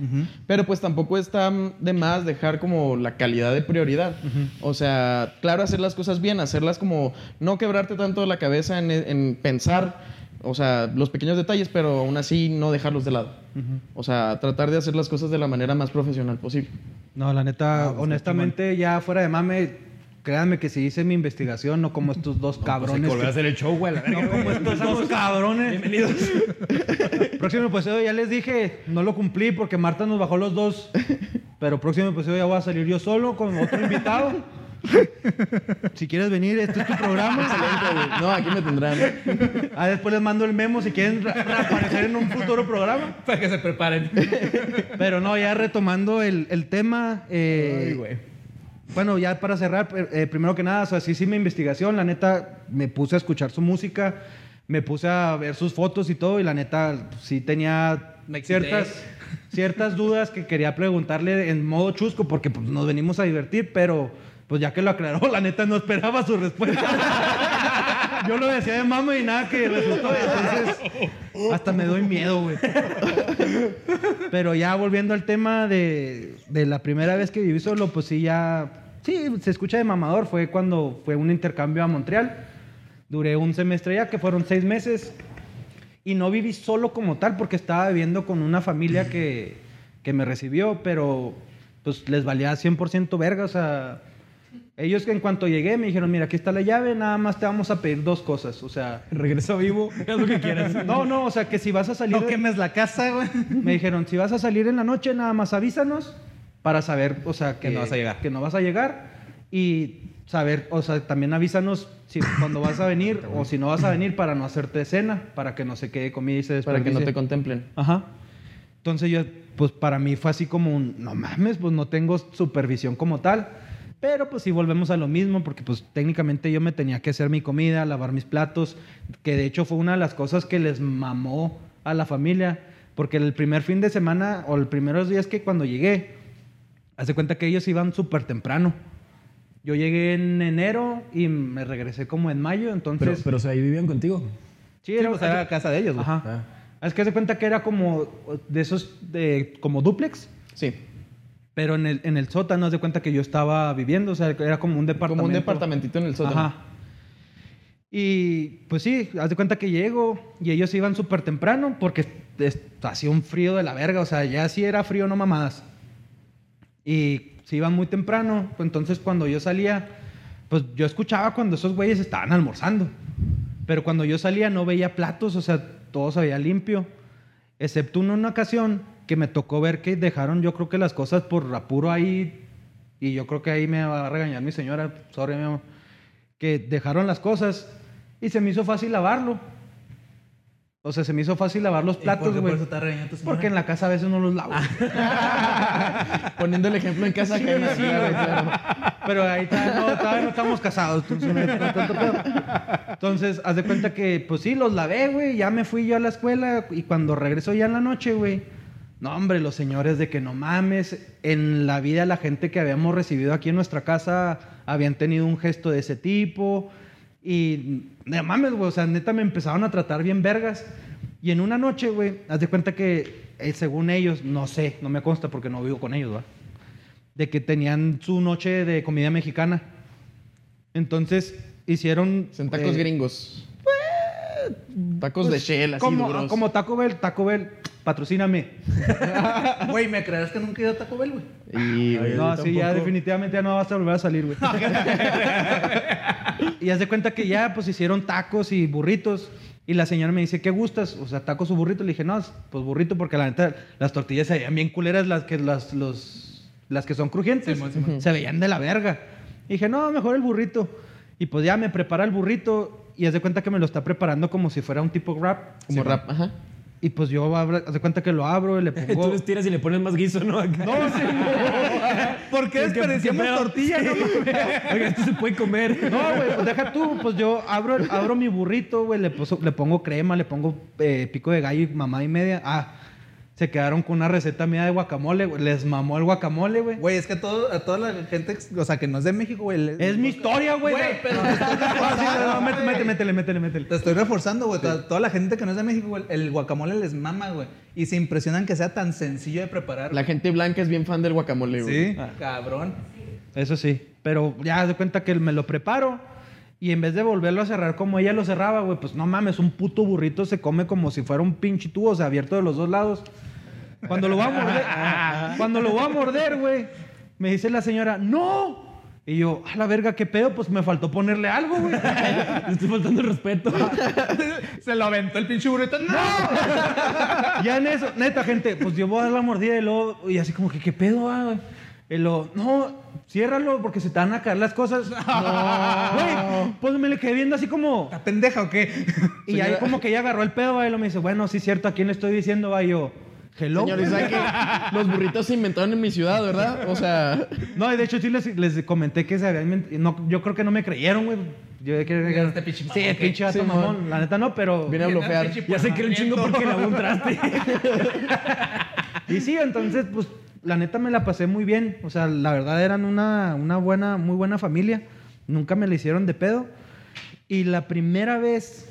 Pero pues tampoco está mm, de más dejar como la calidad de prioridad. O sea, claro, hacer las cosas bien, hacerlas como no quebrarte tanto la cabeza en, en pensar, o sea, los pequeños detalles, pero aún así no dejarlos de lado. O sea, tratar de hacer las cosas de la manera más profesional
(laughs)
posible.
No, la neta, honestamente, ya fuera de mame, créanme que si hice mi investigación, no como estos dos
Cabrones.
cabrones.
volver a
que-
hacer el show, güey, a la (laughs) verga.
no como estos dos cabrones. Bienvenidos. (laughs) próximo episodio ya les dije, no lo cumplí porque Marta nos bajó los dos. Pero próximo episodio ya voy a salir yo solo con otro invitado. si quieres venir, este es tu programa.
No, aquí me tendrán.
Ah, después les mando el memo si quieren re- reaparecer en un futuro programa.
Para que se preparen.
Pero no, ya retomando el, el tema. eh, Bueno, ya para cerrar, pr- eh, primero que nada, o sea, sí hice mi investigación. La neta, me puse a escuchar su música, me puse a ver sus fotos y todo. Y la neta, sí tenía
Me excité.
ciertas, ciertas dudas que quería preguntarle en modo chusco, porque pues, nos venimos a divertir, pero. Pues ya que lo aclaró, la neta no esperaba su respuesta. (laughs) Yo lo decía de mama y nada que resultó. Entonces, hasta me doy miedo, güey. Pero ya volviendo al tema de, de la primera vez que viví solo, pues sí, ya. Sí, se escucha de mamador. Fue cuando fue un intercambio a Montreal. Duré un semestre ya, que fueron seis meses. Y no viví solo como tal, porque estaba viviendo con una familia que, que me recibió, pero pues les valía 100% verga. O sea, ellos que en cuanto llegué me dijeron: Mira, aquí está la llave, nada más te vamos a pedir dos cosas. O sea, (laughs)
Regresa vivo, haz lo que quieras.
no, no, o sea, que si vas a salir.
No
de-
quemes la casa, güey.
me dijeron, si vas a salir en la noche, nada más avísanos para saber, o sea, que,
Que no vas a llegar.
Que no vas a llegar. Y saber, o sea, también avísanos si cuando vas a venir o si no vas a venir para no hacerte cena, para que no se quede comida y se
Para que no
desperdicie.
te contemplen.
Ajá. Entonces yo, pues para mí fue así como un, no mames, pues no tengo supervisión como tal. Pero pues si volvemos a lo mismo, porque pues técnicamente yo me tenía que hacer mi comida, lavar mis platos, que de hecho fue una de las cosas que les mamó a la familia, porque el primer fin de semana o los primeros días que cuando llegué, hace cuenta que ellos iban súper temprano. Yo llegué en enero y me regresé como en mayo, entonces...
Pero, pero o sea, ahí vivían contigo.
sí,
Sí,
era-
pues era la casa de ellos, güey.
Ajá.
Ah.
Es que se cuenta que era como de esos, de, como duplex,
Sí.
pero en el, en el sótano, haz de cuenta que yo estaba viviendo, o sea, era como un departamento.
Como un departamentito en el sótano.
Ajá. Y pues sí, haz de cuenta que llego y ellos iban súper temprano porque es- hacía un frío de la verga, o sea, ya sí era frío, no mamadas. Y se iban muy temprano, pues, entonces cuando yo salía, pues yo escuchaba cuando esos güeyes estaban almorzando. Pero cuando yo salía no veía platos, o sea, todo se veía limpio. Excepto en una ocasión que me tocó ver que dejaron, yo creo que las cosas por apuro ahí. Y yo creo que ahí me va a regañar mi señora, sorry, mi amor. Que dejaron las cosas y se me hizo fácil lavarlo. O sea, se me hizo fácil lavar los
¿Y
platos,
por qué
güey.
por eso te regañó tu señora? Ah.
Porque en la casa a veces no los lavo.
Poniendo el ejemplo en casa ajena, sí, güey, claro.
Pero ahí todavía no, todavía no estamos casados. Entonces, no hay- no hay tanto pedo. Entonces, haz de cuenta que, pues sí, los lavé, güey. Ya me fui yo a la escuela y cuando regreso ya en la noche, güey. No, hombre, los señores de que no mames. En la vida la gente que habíamos recibido aquí en nuestra casa habían tenido un gesto de ese tipo. Y no mames, güey. O sea, neta me empezaron a tratar bien vergas. Y en una noche, güey, haz de cuenta que, eh, según ellos, no sé, no me consta porque no vivo con ellos, ¿verdad? de que tenían su noche de comida mexicana. Entonces hicieron.
Son tacos
eh,
gringos. Tacos de shell, así
Como,
duros.
como Taco Bell, Taco Bell, patrocíname.
Güey, ¿me creerás que nunca he ido a Taco Bell, güey?
Y, güey,
No,
yo
sí, ya
tampoco-
definitivamente ya no vas a volver a salir,
(laughs)
güey. y haz de cuenta que ya, pues, hicieron tacos y burritos. Y la señora me dice, ¿qué gustas? O sea, tacos o burritos. Le dije, no, pues burrito, porque la neta, las tortillas se veían bien culeras, las que, las, los, las que son crujientes.
Simón, Simón.
Se veían de la verga. Y dije, no, mejor el burrito. Y pues ya me prepara el burrito. Y haz de cuenta que me lo está preparando como si fuera un tipo wrap.
Como rap, ajá.
Y pues yo, abro- haz de cuenta que lo abro y le
Tú
pongo...
les tiras y le pones más guiso, ¿no? Acá.
No, sí,
¿Por qué
Es que-
desperdiciamos
qué pedo.
tortilla? no?
(laughs) Oiga, esto se puede comer.
No, güey, pues deja tú, pues yo abro, abro mi burrito, güey, le, puso- le pongo crema, le pongo eh, pico de gallo y mamá y media. Ah, se quedaron con una receta mía de guacamole, güey. Les mamó el guacamole, güey.
Güey, es que a, todo, a toda la gente, o sea, que no es de México, güey. les-
Es mi historia, güey.
Güey, pero te estoy
(laughs) Ah, sí, no, no,
reforzando,
mete-
güey.
mete- métele, métele, métele.
Te estoy reforzando, güey. Toda, toda la gente que no es de México, güey, el guacamole les mama, güey. Y se impresionan que sea tan sencillo de preparar.
La gente blanca es bien fan del guacamole, güey.
Sí, cabrón.
Eso sí. Pero ya haz de cuenta que me lo preparo. Y en vez de volverlo a cerrar como ella lo cerraba, güey, pues no mames, un puto burrito se come como si fuera un pinche tubo, o sea, abierto de los dos lados. Cuando lo va a morder, cuando lo va a morder, güey, me dice la señora, ¡no! Y yo, a la verga, ¿qué pedo? Pues me faltó ponerle algo, güey.
Le estoy faltando el respeto.
Se lo aventó el pinche burrito. ¡No!
(laughs) ya en eso, neta, gente, pues yo voy a dar la mordida y luego, y así como que, ¿qué pedo, ah, güey? Y luego, no, ciérralo porque se te van a caer las
(laughs)
cosas. Güey, pues me le quedé viendo así como,
¿Está pendeja o qué?
Y ahí como que ella agarró el pedo, va, y lo me dice, bueno, sí, cierto, ¿a quién le estoy diciendo? Va, Y yo, hello.
Señores, ¿saben que los burritos se inventaron en mi ciudad, verdad? O sea,
No, y de hecho sí les, les comenté que se habían ment- no, yo creo que no me creyeron, güey. Yo de que...
Este pinche
sí,
mamón,
el
¿qué?
pinche vato
Sí,
mamón.
mamón.
La neta no, pero...
viene a bloquear.
Ya se cree un chingo porque lavó un traste.
Y sí, entonces, pues, la neta me la pasé muy bien. O sea, la verdad eran una, una buena, muy buena familia. Nunca me la hicieron de pedo. Y la primera vez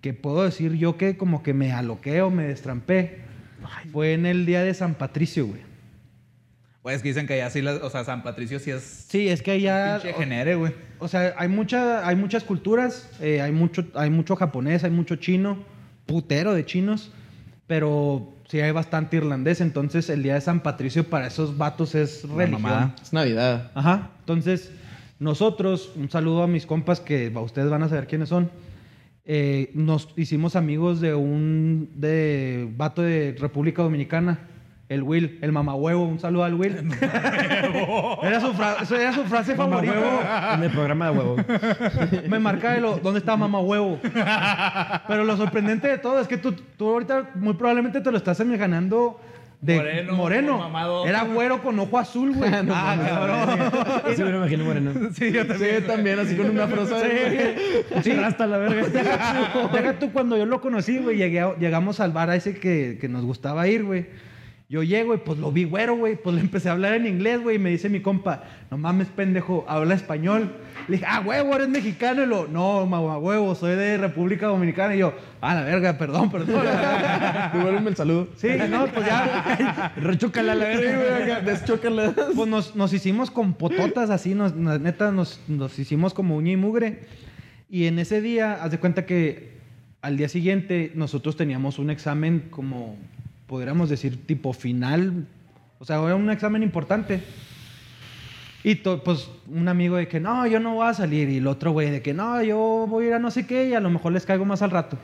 que puedo decir yo que como que me aloqué o me destrampé fue en el día de San Patricio, güey.
Güey, es Pues que dicen que allá sí, las- o sea, San Patricio sí es
Sí, es que allá...
pinche genere, güey.
O sea, hay, mucha, hay muchas culturas, eh, hay, mucho, hay mucho japonés, hay mucho chino, putero de chinos, pero sí hay bastante irlandés, entonces el Día de San Patricio para esos vatos es religión.
mamada.
Es Navidad.
Ajá, entonces nosotros, un saludo a mis compas que va- ustedes van a saber quiénes son, eh, nos hicimos amigos de un de vato de República Dominicana. El Will, el mamahuevo, un saludo al Will. era, su fra- era su frase favorita.
En el programa de huevo.
Me marca de lo, ¿dónde está mamá huevo? Pero lo sorprendente de todo es que tú, tú ahorita muy probablemente te lo estás semejanando de
Moreno,
moreno.
por mamado.
Era güero con ojo azul, güey.
Ah, cabrón.
Así me lo imagino, moreno.
Sí, yo
Sí,
también.
también, así con una prosa.
Sí. Rasta la verga.
(laughs) Deja tú cuando yo lo conocí, güey, llegué a- llegamos al bar a ese que, que nos gustaba ir, güey. Yo llego y pues lo vi güero, güey. Pues le empecé a hablar en inglés, güey. Y me dice mi compa, no mames, pendejo, habla español. Le dije, ah, huevo, eres mexicano. Y lo, no, mamá, huevo, soy de República Dominicana. Y yo, ah, la verga, perdón, perdón. (laughs)
Devuélveme el saludo.
Sí, no,
(laughs)
pues ya.
Rechócala la
Sí,
verga.
güey, acá, deschócalas.
Pues nos, nos hicimos con pototas así, nos, na- neta, nos, nos hicimos como uña y mugre. Y en ese día, haz de cuenta que al día siguiente nosotros teníamos un examen como, podríamos decir, tipo final. O sea, era un examen importante. Y to- pues un amigo de que no, yo no voy a salir. Y el otro güey de que no, yo voy a ir a no sé qué y a lo mejor les caigo más al rato.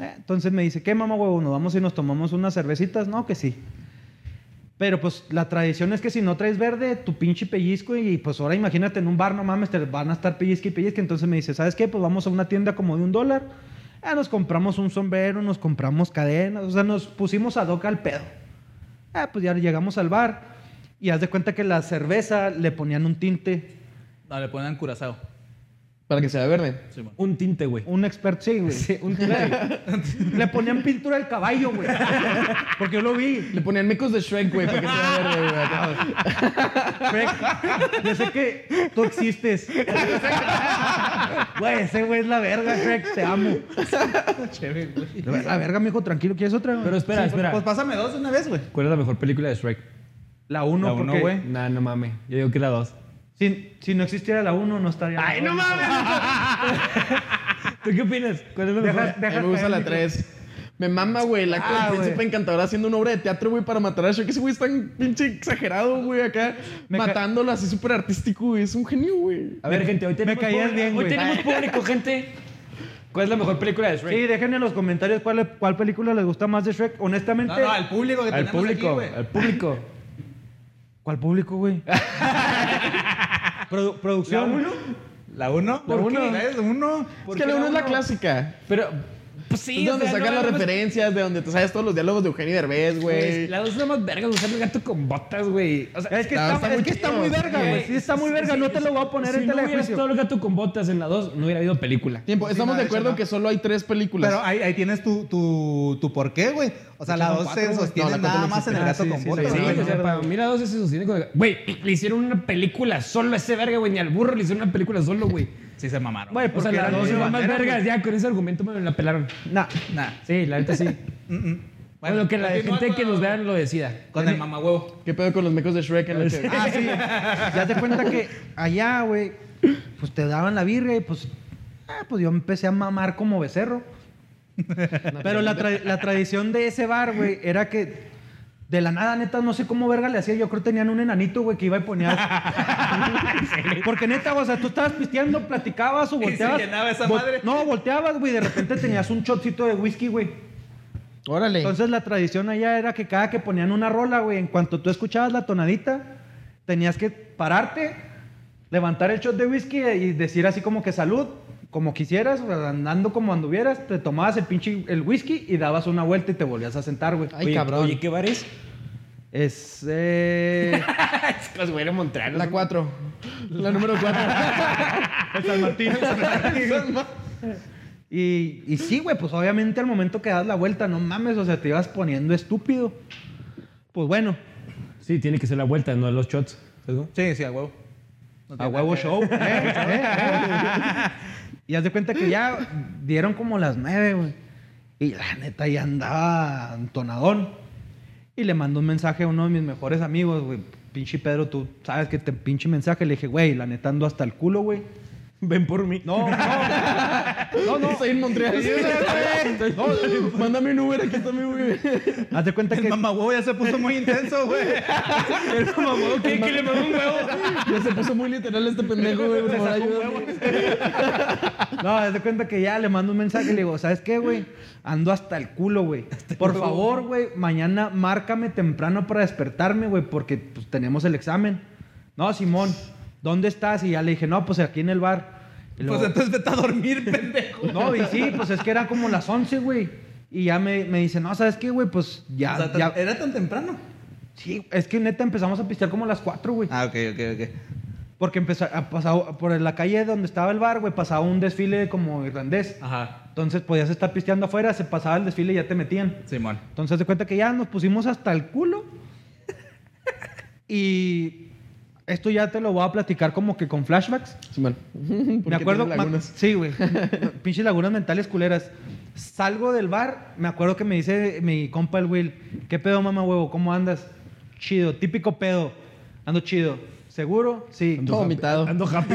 Eh, Entonces me dice, ¿qué mamá huevo? ¿Nos vamos y nos tomamos unas cervecitas? No, que sí. Pero pues la tradición es que si no traes verde, tu pinche pellizco y pues ahora imagínate en un bar, no mames, te van a estar pellizque y pellizque. Entonces me dice, ¿sabes qué? Pues vamos a una tienda como de un dólar. Ah, nos compramos un sombrero, nos compramos cadenas, o sea, nos pusimos a doca al pedo. Ah, pues ya llegamos al bar y haz de cuenta que la cerveza le ponían un tinte.
No, le ponen curazao.
Para que sea verde.
Sí, man.
Un tinte, güey.
Un experto, sí, güey. (laughs) un tinte. le ponían pintura al caballo, güey. (laughs) Porque yo lo vi.
Le ponían mecos de Shrek, güey, para que sea verde, güey. acá.
Shrek, yo sé que tú existes. Güey, ese güey es la verga, Shrek, te amo.
Chévere, güey.
La verga, mijo, tranquilo, ¿quieres otra? güey?
Pero espera, espera.
Pues pásame dos de una vez, güey.
¿Cuál es la mejor película de Shrek?
La 1,
La uno,
porque
güey.
Nah, no mames. Yo digo que la dos.
Si, si no existiera la 1, no estaría. ¡Ay, no mames!
(laughs) ¿Tú qué opinas? ¿Cuál es la mejor?
Deja- deja
A mí me gusta
caer
la
el
3. Me mama, güey, la acto
Ah,
del
güey.
príncipe encantador haciendo una obra de teatro, güey, para matar a Shrek. Ese güey es tan pinche exagerado, güey, acá.
Me ca-
matándola así súper artístico, güey. Es un genio, güey.
A ver, gente, hoy
me
tenemos,
caías
público-
bien,
hoy
güey.
tenemos público, gente. ¿Cuál es la mejor película de Shrek?
Sí, dejen en los comentarios cuál, le- cuál película les gusta más de Shrek. Honestamente,
No, no, al público que
al
tenemos
público,
aquí, güey.
al público.
¿cuál público, güey? Produ-
¿La
producción.
uno? ¿La uno?
¿Por
¿Por
qué?
qué? ¿La uno?
Es que la uno es la clásica.
Pero, pues sí.
es
o
donde
sea,
sacan
no,
las
no,
referencias, de donde te sabes todos los diálogos de Eugenio Derbez,
Pues,
güey.
la dos es la más verga, usar el gato con botas, güey. O sea,
Es que,
No,
está,
está
es
muy
que está
chido.
muy verga, güey. Sí, está muy verga.
sí,
no te lo voy a poner
si
en
no hubieras
telejuicio.
estado el gato con botas en la 2, no hubiera habido película.
Tiempo.
Sí, no,
Estamos de
de hecho,
acuerdo
no.
que solo hay tres películas.
Pero ahí, ahí tienes tu, tu, tu por qué, Pues güey. O sea, la
son
dos se
cuatro, güey.
sostiene
No, la cuatro
nada
no
más en el
existe.
gato
Ah,
con
sí, sí,
botas.
sí,
Sí,
güey.
o sea, para mí la 2 se sostiene con... Güey, le hicieron una película solo a ese verga, güey. Ni al burro le hicieron una película solo, güey.
Sí se mamaron.
Güey, pues
Porque
a la
eran
2
muy
es la más
banderas,
vergas. Ya, con ese argumento me la pelaron.
Nah.
güey. Nah.
Sí, la neta sí. bueno, que la
continúa
gente
con-
que nos vean lo decida.
Con el mamahuevo.
¿Qué pedo con los mecos de Shrek en la que-
Ah, sí. Ya te cuenta que allá, güey, pues te daban la birria y pues, ah, pues yo empecé a mamar como becerro. Pero la, tra- la tradición de ese bar, güey, era que de la nada, neta, no sé cómo verga le hacía. Yo creo que tenían un enanito, güey, que iba
(laughs)
y ponía. Porque neta, o sea, tú estabas pisteando, platicabas o
se
volteabas.
llenaba esa
vol-
madre.
No, volteabas, güey, y de repente tenías un shotcito de whisky, güey.
Órale.
Entonces la tradición allá era que cada que ponían una rola, güey, en cuanto tú escuchabas la tonadita, tenías que pararte, levantar el shot de whisky y decir así como que salud, como quisieras, o sea, andando como anduvieras, te tomabas el pinche el whisky y dabas una vuelta y te volvías a sentar, güey.
Ay, cabrón.
Oye, ¿qué bar es?
Es eh,
Es que los güey de Montreal.
La 4. La número 4.
y, y sí, güey, pues obviamente al momento que das la vuelta, no mames, o sea, te ibas poniendo estúpido. Pues bueno,
Sí, tiene que ser la vuelta, no los shots. ¿sabes?
Sí, sí, a huevo. No
A
tiene
huevo
nada que
show. (laughs) Eh, eh, eh. y haz de cuenta que ya dieron como las nueve, güey. Y la neta ya andaba entonadón. Y le mandó un mensaje a uno de mis mejores amigos, güey. Pinche Pedro, tú sabes que te pinche mensaje. Le dije, güey, la neta ando hasta el culo, güey.
Ven por mí.
No,
(laughs)
no. No, no.
Estoy en Montreal. (laughs) No, Mándame un Uber, aquí está mi Uber.
Haz de cuenta
ver.
que.
El mamahuevo ya se puso muy intenso, (laughs) güey.
¿Qué? ¿Que le mandó un huevo?
Ya se puso muy literal este pendejo, güey. Por favor, ayúdame.
No, haz de cuenta que ya le mando un mensaje y le digo, ¿sabes qué, güey? Ando hasta el culo, güey. Por favor, güey, mañana márcame temprano para despertarme, güey, porque pues, tenemos el examen. No, Simón, ¿dónde estás? Y ya le dije, no, pues aquí en el bar. Y luego,
Pues entonces vete a dormir, (laughs) pendejo.
(laughs) no, y sí, pues es que eran como las 11, güey. Y ya me, me dice, no, ¿sabes qué, güey? Pues ya,
O sea, tan-
ya-
¿Era tan temprano?
Sí, es que neta empezamos a pistear como a las 4, güey.
Ah, ok, ok, ok.
Porque empezó, a- pasaba- por la calle donde estaba el bar, güey, pasaba un desfile como irlandés.
Ajá.
Entonces podías estar pisteando afuera, se pasaba el desfile y ya te metían.
Simón.
Entonces de cuenta que ya nos pusimos hasta el culo. y esto ya te lo voy a platicar como que con flashbacks.
Simón.
Me acuerdo. ma- Sí, güey. (laughs) Pinches lagunas mentales culeras. Salgo del bar, me acuerdo que me dice mi compa el Will, ¿qué pedo, mamá huevo? ¿Cómo andas? Chido, típico pedo. Ando chido. ¿Seguro? Sí.
Todo vomitado.
Ando happy.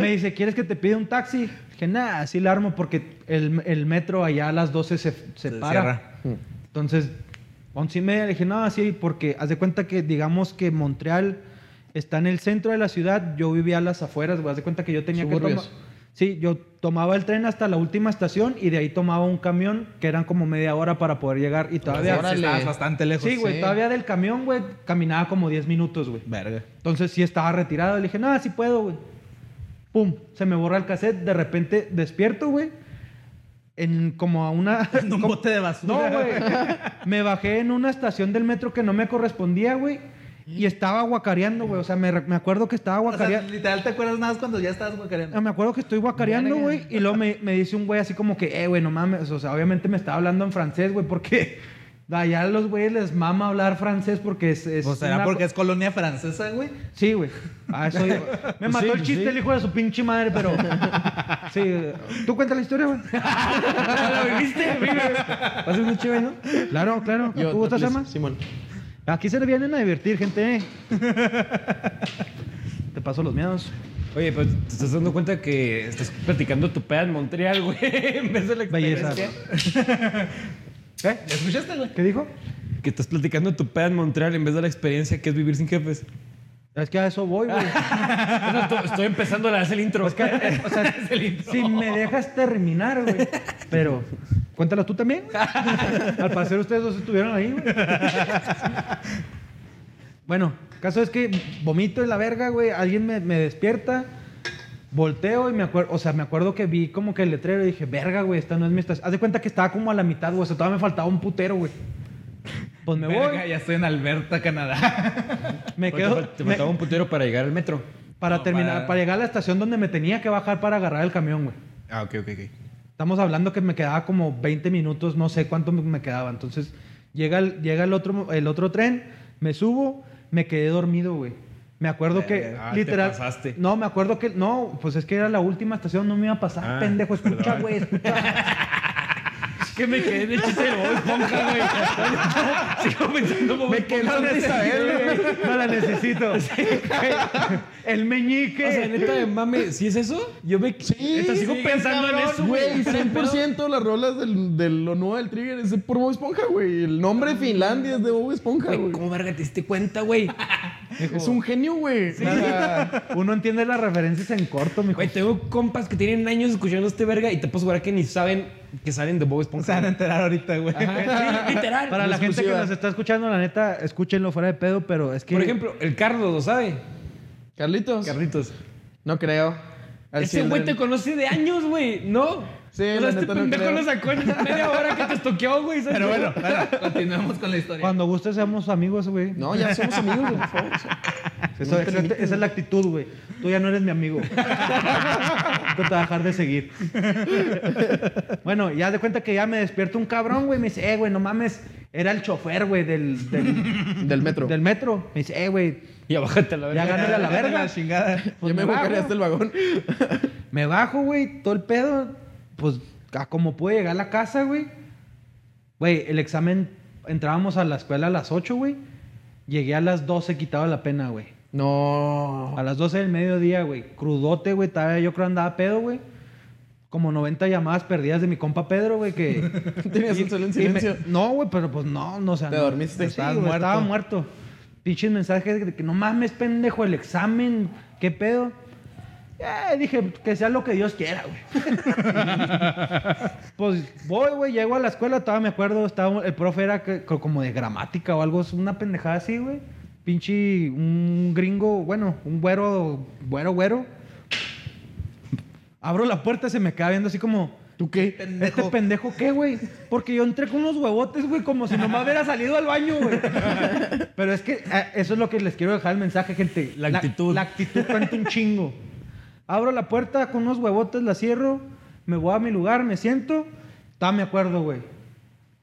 Me dice, ¿quieres que te pida un taxi? Dije, nada, así la armo porque el, el metro allá a las 12 se, se, para. Entonces, once y media, le dije, no, así, porque haz de cuenta que, digamos que Montreal está en el centro de la ciudad, yo vivía a las afueras, güey, haz de cuenta que yo tenía que
Suburbios.
tomar... Sí, yo tomaba el tren hasta la última estación y de ahí tomaba un camión que eran como media hora para poder llegar y todavía...
Ahora estabas bastante lejos.
Sí, güey, todavía del camión, güey, caminaba como 10 minutos, güey.
Verga.
Entonces sí estaba retirado. Le dije, nada, sí puedo, güey. Pum, se me borra el cassette. De repente despierto, güey. En como a
(laughs)
una.
En un bote de
No,
basura.
güey. Me bajé en una estación del metro que no me correspondía, güey. Y estaba guacareando, güey. O sea, me, re- me acuerdo que estaba
O sea,
guacareando.
literal, ¿te acuerdas nada más cuando ya estabas guacareando?
Ah, Me acuerdo que estoy guacareando, güey. Y luego me, me dice un güey así como que, eh, güey, no mames. O sea, obviamente me estaba hablando en francés, güey, porque (laughs) allá a los güeyes les mama hablar francés porque es. es
Pues será
una-
porque es colonia francesa, güey.
Sí, güey. Ah, eso- me mató el chiste
sí.
el hijo de su pinche madre, pero. Sí. ¿Tú cuentas la historia, güey?
¿La viviste?
Haces muy chévere, ¿no? Claro, claro.
Yo,
¿Tú gustas,
please,
Emma?
Simón.
Aquí se le vienen a divertir, gente. Te paso los miedos.
Oye, pues te estás dando cuenta que estás platicando tu peda en Montreal, güey. (laughs) En vez de la
Belleza.
experiencia.
¿Eh? ¿La escuchaste, güey?
¿Qué dijo?
Que estás platicando tu peda en Montreal en vez de la experiencia que es vivir sin jefes.
Es que a eso voy, güey.
Estoy empezando a hacer el intro.
(laughs)
O sea, si me dejas terminar, güey. Pero, cuéntalo tú también, güey.
(laughs)
Al parecer ustedes dos estuvieron ahí, güey. Bueno, caso es que vomito en la verga, güey. Alguien me, me despierta, volteo y me acuerdo, o sea, me acuerdo que vi como que el letrero y dije, verga, güey, esta no es mi estación. Haz de cuenta que estaba como a la mitad, güey. O sea, todavía me faltaba un putero, güey. Pues me voy,
Verga, ya estoy en Alberta,
(laughs)
Canadá.
me quedo.
Te
me-
faltaba un putero para llegar al metro.
para
No,
terminar,
para-
para llegar a la estación donde me tenía que bajar para agarrar el camión, güey.
Ah, ok, ok, ok.
Estamos hablando que me quedaba como 20 minutos, no sé cuánto me- me quedaba. Entonces, llega el, llega el, otro, el otro tren, me subo, me quedé dormido, güey. Me acuerdo que
Ah, te
literal.
pasaste.
No, me acuerdo que. No, pues es que era la última estación, no me iba a pasar,
Ah,
pendejo. Escucha,
perdón.
güey, escucha.
(laughs) Que me quedé en el chiste del Bob Esponja, güey. Sigo pensando Bob
Me ¿eh? quedé
Esponja.
la Isabel, güey. No
(laughs)
la necesito. El meñique.
O sea, neta de mame, ¿sí es eso? Yo me neta, sigo pensando en eso,
(laughs)
Güey, 100% las rolas del, de lo nuevo del Trigger es de por Bob Esponja, güey. El nombre
Ah.
de Finlandia es de Bob Esponja,
Güey,
güey.
¿Cómo verga te diste cuenta, güey?
Es un genio, güey. O sea,
Uno entiende las referencias en corto, mijo.
Güey, tengo compas que tienen años escuchando este verga y te puedo jugar que ni saben que salen de Bob
O sea,
Esponja.
van a enterar ahorita, güey.
(laughs) Ajá, sí, literal.
Para la gente que
exclusiva.
nos está escuchando, la neta, escúchenlo fuera de pedo, pero es que.
Por ejemplo, el Carlos lo sabe.
Carlitos.
Carlitos.
No creo. Al
Este
Ese güey te
Children.
conoce de años, güey, ¿no?
Sí,
O sea,
la
este
neta no
pendejo
creo.
lo sacó en media hora que te estoqueó, güey. ¿sabes?
Pero bueno, bueno, continuemos con la historia.
Cuando guste, seamos amigos, güey.
No, ya somos amigos, güey, por favor. o sea.
Eso- esa- esa es la actitud, güey. Tú ya no eres mi amigo. Tú te vas a dejar de seguir. bueno, ya de cuenta que ya me despierto un cabrón, güey. Me dice, eh, güey, no mames. Era el chofer, güey, del,
(laughs)
del,
Del metro.
del metro. Me dice, eh, güey,
Ya bájate a la
ya
verga.
gánale a la verga.
La chingada.
Pues
Yo me
me bajo.
buscaré hasta el vagón.
Me bajo, güey, todo el pedo. Pues, a como pude llegar a la casa, güey. Güey, el examen, entrábamos a la escuela a las 8, güey. Llegué a las 12, quitaba la pena, güey.
No.
A las 12 del mediodía, güey. Crudote, güey. Todavía yo creo andaba pedo, güey. Como 90 llamadas perdidas de mi compa Pedro, güey, que...
(laughs) Tenías el
y-
cel
y
en
me-
silencio.
no, güey, pero pues no, no, o sea...
Te
no,
dormiste.
Estaba,
Sí,
muerto.
güey,
estaba muerto. Pinches mensajes de que no mames, pendejo, el examen, qué pedo. Eh, dije, que sea lo que Dios quiera, güey. pues voy, güey, llego a la escuela, todavía me acuerdo, estaba, el profe era que- co- como de gramática o algo, es una pendejada así, güey. Pinche, un gringo, bueno, un güero, güero, güero. Abro la puerta, se me queda viendo así como...
¿Tú qué?
¿Este pendejo qué, güey? Porque yo entré con unos huevotes, güey, como si no me hubiera salido al baño, güey. Pero es que eh, eso es lo que les quiero dejar el mensaje, gente.
La actitud.
La, actitud cuenta un chingo. Abro la puerta con unos huevotes, la cierro, me voy a mi lugar, me siento. Está, me acuerdo, güey.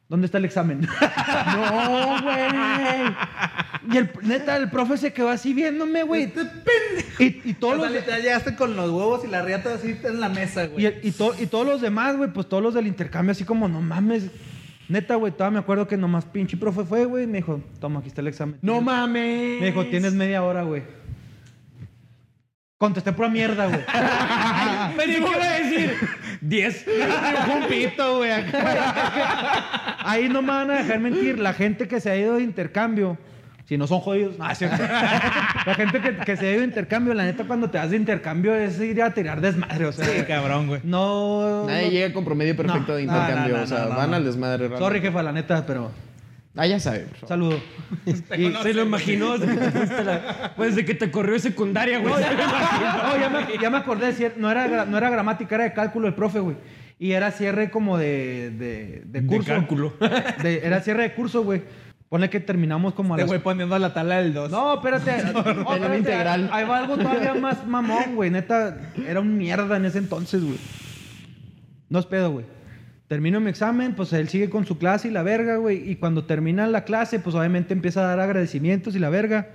¿Dónde está el examen? (laughs)
No, güey.
y el, neta, el profe se quedó así viéndome, güey. Y, y todos
Este O sea,
los...
literal, llegaste con los huevos y la riata así en la mesa, güey.
Y, el- y, to- y todos los demás, güey, pues todos los del intercambio, así como, no mames. Neta, güey, todavía me acuerdo que nomás pinche profe fue, güey, y me dijo, toma, aquí está el examen.
No mames.
Me dijo,
Pues.
tienes media hora, güey. Contesté pura mierda, güey.
Me dijo, ¿qué iba
(laughs)
a decir? 10.
un pito, güey.
Ahí no me van a dejar mentir. La gente que se ha ido de intercambio, si no son jodidos, no, es cierto. La gente que, que se ha ido de intercambio, la neta, cuando te vas de intercambio es ir a tirar desmadre, o sea.
cabrón, güey.
No.
Nadie
no-
llega con promedio perfecto
No,
de
no,
intercambio.
no, no,
o sea,
no, no,
van
no.
al desmadre. raro.
Sorry, jefa, la neta, pero.
Ah, ya sabe. por favor.
Saludo.
Y se lo imaginó desde que te fuiste la- pues, desde que te corrió de secundaria, güey. Se lo imaginó.
No, ya me, ya me acordé, sí, no era, gra- no era gramática, era de cálculo el profe, güey. Y era cierre como de, de, de
De
curso.
cálculo.
De- era cierre de curso, güey. Pone que terminamos como a
Este
las...
güey poniendo la tala del 2. (laughs)
No, espérate. (laughs) no, espérate,
un integral.
Ahí va algo todavía más mamón, güey. Neta, era un mierda en ese entonces, güey. No es pedo, güey. Termino mi examen, pues él sigue con su clase y la verga, güey. Y cuando termina la clase, pues obviamente empieza a dar agradecimientos y la verga.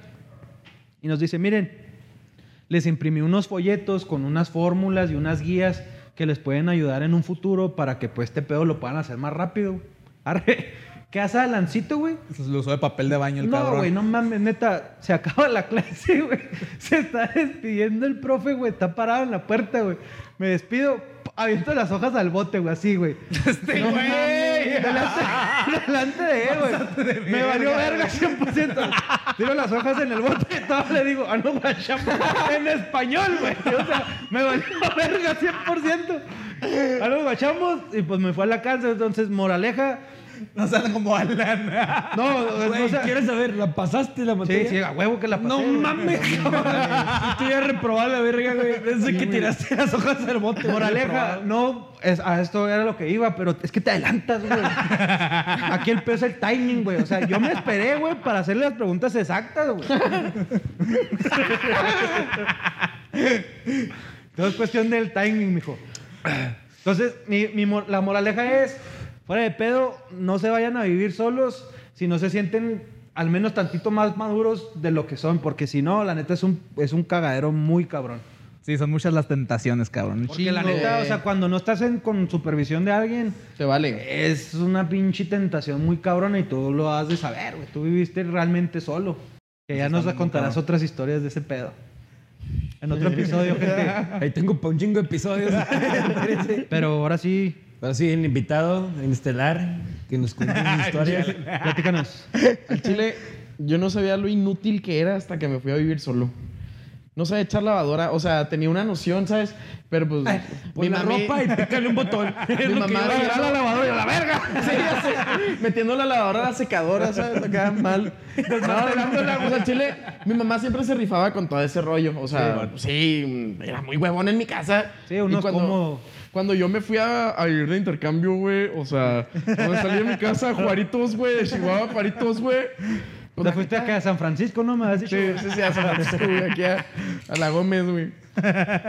Y nos dice, miren, les imprimí unos folletos con unas fórmulas y unas guías que les pueden ayudar en un futuro para que pues este pedo lo puedan hacer más rápido. (laughs) Arre. ¿Qué hace Alancito, güey?
Lo usó de papel de baño el
No,
cabrón.
güey, no mames, neta, se acaba la clase, (laughs) güey. Se está despidiendo el profe, güey, está parado en la puerta, güey. Me despido, p- aviento las hojas al bote, güey, así, güey.
Este
No
güey.
mames, Delante, delante de él, güey. Me valió verga 100%. Tiro las hojas en el bote (laughs) y todo le digo, ah, no, güey, chamo", en español, güey. O sea, me valió (laughs) verga 100%. Algo guachamos y pues me fue a la cárcel. Entonces, moraleja.
No sale como Alan.
No, no, o
Güey,
sea,
¿quieres saber? ¿La pasaste la
Sí,
materia?
sí, a huevo que la pasé.
No
güey.
mames, cabrón. Estoy a reprobar la verga, güey. Desde que tiraste las hojas al
(laughs)
bote. güey.
Moraleja, no, es- a esto era lo que iba, pero es que te adelantas, güey. Aquí el peor es el timing, güey. O sea, yo me esperé, güey, para hacerle las preguntas exactas, güey. Todo es cuestión del timing, mijo. Entonces, mi- mi mor- la moraleja es, fuera de pedo, no se vayan a vivir solos si no se sienten al menos tantito más maduros de lo que son, porque si no, la neta es un, es un cagadero muy cabrón.
Sí, son muchas las tentaciones, cabrón.
Porque la
Chingo,
neta,
güey.
o sea, cuando no estás en- con supervisión de alguien,
Te vale.
es una pinche tentación muy cabrona y tú lo has de saber, güey. Tú viviste realmente solo. Que ya nos contarás otras historias de ese pedo. En otro
(laughs)
episodio, gente.
Ahí tengo pa' un chingo de episodios.
Pero ahora sí,
Ahora sí, el invitado, el estelar, que nos cuente (laughs) sus historias.
platícanos.
Al chile, yo no sabía lo inútil que era hasta que me fui a vivir solo. No sabía echar lavadora, o sea, tenía una noción, ¿sabes? Pero pues.
Pon la
mami-
ropa y pícale un botón.
(laughs)
Es
Mi
lo que
mamá
yo
era-
hago.
lavadora a la verga.
(laughs) Sí, ya sé. Metiendo la lavadora a la secadora, ¿sabes? Acá mal. No, o sea, al chile, mi mamá siempre se rifaba con todo ese rollo. O sea, sí, era muy huevón en mi casa.
Sí, uno es
Y
cómodo.
Cuando yo me fui a, a vivir de intercambio, güey, o sea, cuando salí de mi casa, Juaritos, güey, de Chihuahua, Juaritos, güey. pues,
Te
la
fuiste acá a San Francisco, ¿no? Me has dicho.
Sí, sí, sí, a San Francisco, güey, aquí a, a la Gómez, güey.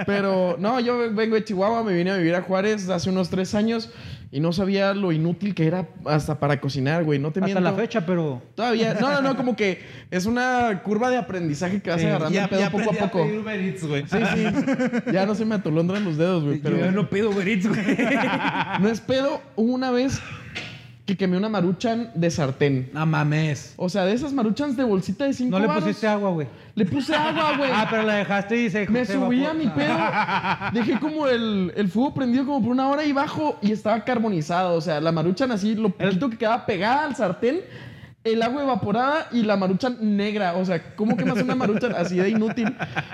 Pero no, yo vengo de Chihuahua, me vine a vivir a Juárez hace unos tres años y no sabía lo inútil que era hasta para cocinar, güey. No te
Hasta
miento.
la fecha, pero.
Todavía, no, no, no, como que es una curva de aprendizaje que vas agarrando el pedo poco
aprendí
a poco.
pedir Uber Eats, güey.
Sí, sí. Ya no se me atolondran los dedos, güey. Pero
Yo no pido Uber Eats, (laughs) güey.
no es pedo. Hubo una vez que quemé una maruchan de sartén.
No mames.
O sea, de esas maruchans de bolsita de cinco
No le
varos,
pusiste agua, güey.
Le puse agua, güey.
Ah, pero la dejaste y se.
Me
se
subí
evapor-
a mi pedo, (laughs) dejé como el, el fuego prendido como por una hora y bajo y estaba carbonizado. O sea, la maruchan así, lo poquito que quedaba pegada al sartén, el agua evaporada y la maruchan negra. O sea, ¿cómo que más una maruchan así de inútil?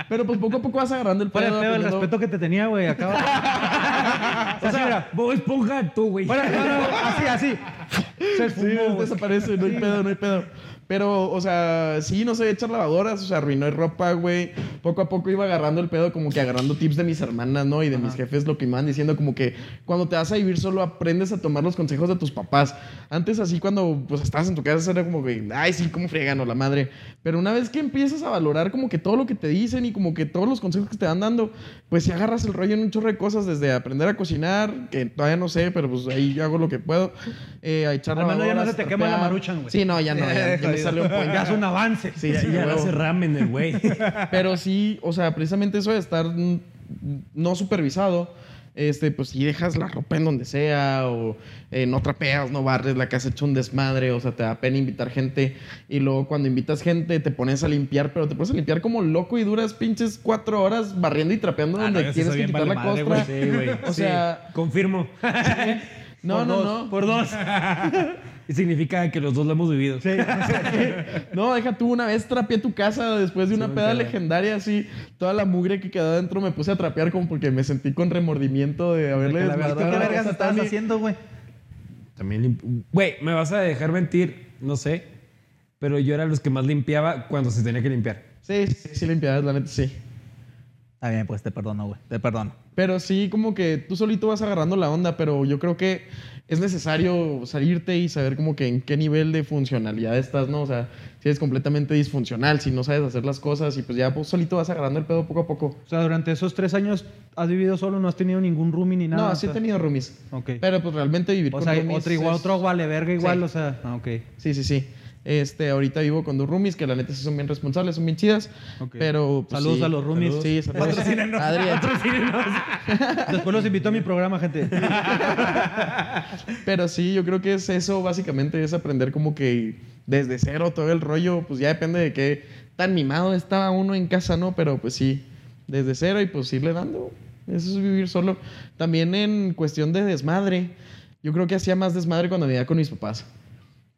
Pero pues poco a poco vas agarrando el
Fuera
pedo.
de pedo, el
aprendiendo-
respeto que te tenía, güey. Acaba.
O sea, Bob Esponja, tú, güey.
Bueno, bueno, así, así. Se
Sí,
esfumó, güey.
desaparece, no hay pedo, no hay pedo. Pero, o sea, sí, no sé, echar lavadoras, o sea, arruinó ropa, güey. Poco a poco iba agarrando el pedo, como que agarrando tips de mis hermanas, ¿no? Y de mis jefes, lo que me iban diciendo, como que cuando te vas a vivir solo aprendes a tomar los consejos de tus papás. Antes, así, cuando pues estabas en tu casa, era como que, ay, sí, cómo fregan, o la madre. Pero una vez que empiezas a valorar, como que todo lo que te dicen y como que todos los consejos que te van dando, pues si agarras el rollo en un chorro de cosas, desde aprender a cocinar, que todavía no sé, pero pues ahí yo hago lo que puedo, eh, a echar
Al menos ya no
lavadoras,
se te quema la
trapear.
maruchan, güey.
Sí, no, ya no, ya, ya me salió un buen
Ya es
gaso.
un avance.
Sí,
ya
sí,
ya
a
no
huevo.
hace ramen el (laughs) güey.
Pero sí, o sea, precisamente eso de estar mm, no supervisado, este, pues si dejas la ropa en donde sea, o eh, no trapeas, no barres, la casa hecho un desmadre, o sea, te da pena invitar gente. Y luego cuando invitas gente te pones a limpiar, pero te pones a limpiar como loco y duras pinches cuatro horas barriendo y trapeando
Ah,
donde
no, yo sí
tienes
soy
que
bien
quitar la
vale madre,
costra.
Sí, güey.
O
sí.
sea-
Confirmo. (laughs)
No,
Por
no,
dos,
no.
Por dos. Y significa que los dos lo hemos vivido. Sí.
No, deja tú, una vez trapeé tu casa después de una peda legendaria, así, toda la mugre que quedó adentro me puse a trapear como porque me sentí con remordimiento de haberle
La verdad,
desmadrado
¿Qué
la
vergas
casa a
estabas
Tani.
haciendo, güey?
También limp- Güey, me vas a dejar mentir, no sé. Pero yo era los que más limpiaba cuando se tenía que limpiar.
Sí, sí, sí, limpiadas, la neta, sí.
Está bien, pues te perdono, güey. Te perdono.
Pero sí, como que tú solito vas agarrando la onda, pero yo creo que es necesario salirte y saber como que en qué nivel de funcionalidad estás, ¿no? O sea, si eres completamente disfuncional, si no sabes hacer las cosas y pues ya pues, solito vas agarrando el pedo poco a poco.
O sea, durante esos tres años has vivido solo, no has tenido ningún roomie ni nada.
No,
o
sí he
sea,
tenido roomies.
Ok.
Pero pues realmente vivir
o
con
sea,
roomies
otro igual,
es-
otro vale verga igual,
Sí.
o sea, ah, ok.
Sí, sí, sí. Este, ahorita vivo con dos roomies que la neta sí son bien responsables, son bien chidas.
Ok.
Pero, pues,
Saludos
sí.
a los roomies.
Saludos. Sí, saludos.
Patrocínenos.
Adrián.
Después los invito a
(laughs)
mi programa, gente.
Pero sí, yo creo que es eso, básicamente, es aprender como que desde cero todo el rollo, pues ya depende de qué tan mimado estaba uno en casa, ¿no? Pero pues sí, desde cero y pues irle dando. Eso es vivir solo. También en cuestión de desmadre, yo creo que hacía más desmadre cuando vivía con mis papás.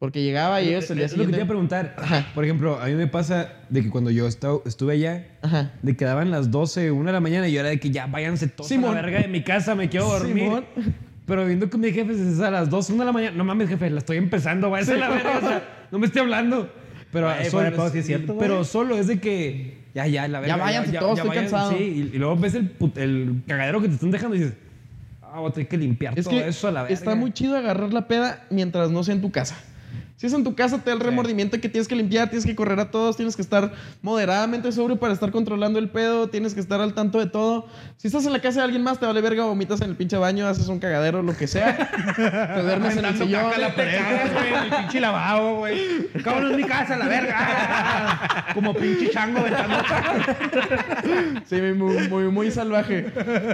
Porque llegaba y ellos el día
Es lo que te
siguiente.
iba a preguntar.
Ajá.
Por ejemplo, a mí me pasa de que cuando yo esta- estuve allá,
Ajá.
de que daban las 12, 1 de la mañana y yo era de que ya váyanse todos a
Simón.
la verga de mi casa, me quiero dormir.
Simón.
Pero viendo con mis jefes es a las 2, 1 de la mañana. No mames, jefe, la estoy empezando, váyanse a la verga. o sea, no me esté hablando. Pero,
Güey,
solo,
fuera de pedo, sí es cierto, güey.
pero solo es de que ya, ya, la verga.
váyanse todos, estoy
váyanse,
cansado.
Sí, y, y luego ves el, put- el cagadero que te están dejando y dices, ah, voy a tener que limpiar
Es
todo
que
eso a la verga.
está muy chido agarrar la peda mientras no sea en tu casa. Si es en tu casa, te da el remordimiento que tienes que limpiar, tienes que correr a todos, tienes que estar moderadamente sobrio para estar controlando el pedo, tienes que estar al tanto de todo. Si estás en la casa de alguien más, te vale verga, vomitas en el pinche baño, haces un cagadero, lo que sea. te duermes en el sillón. (laughs)
el pinche lavabo, güey. Cabrón, es mi casa, la verga. Como pinche chango aventando
Sí, muy, muy, muy salvaje.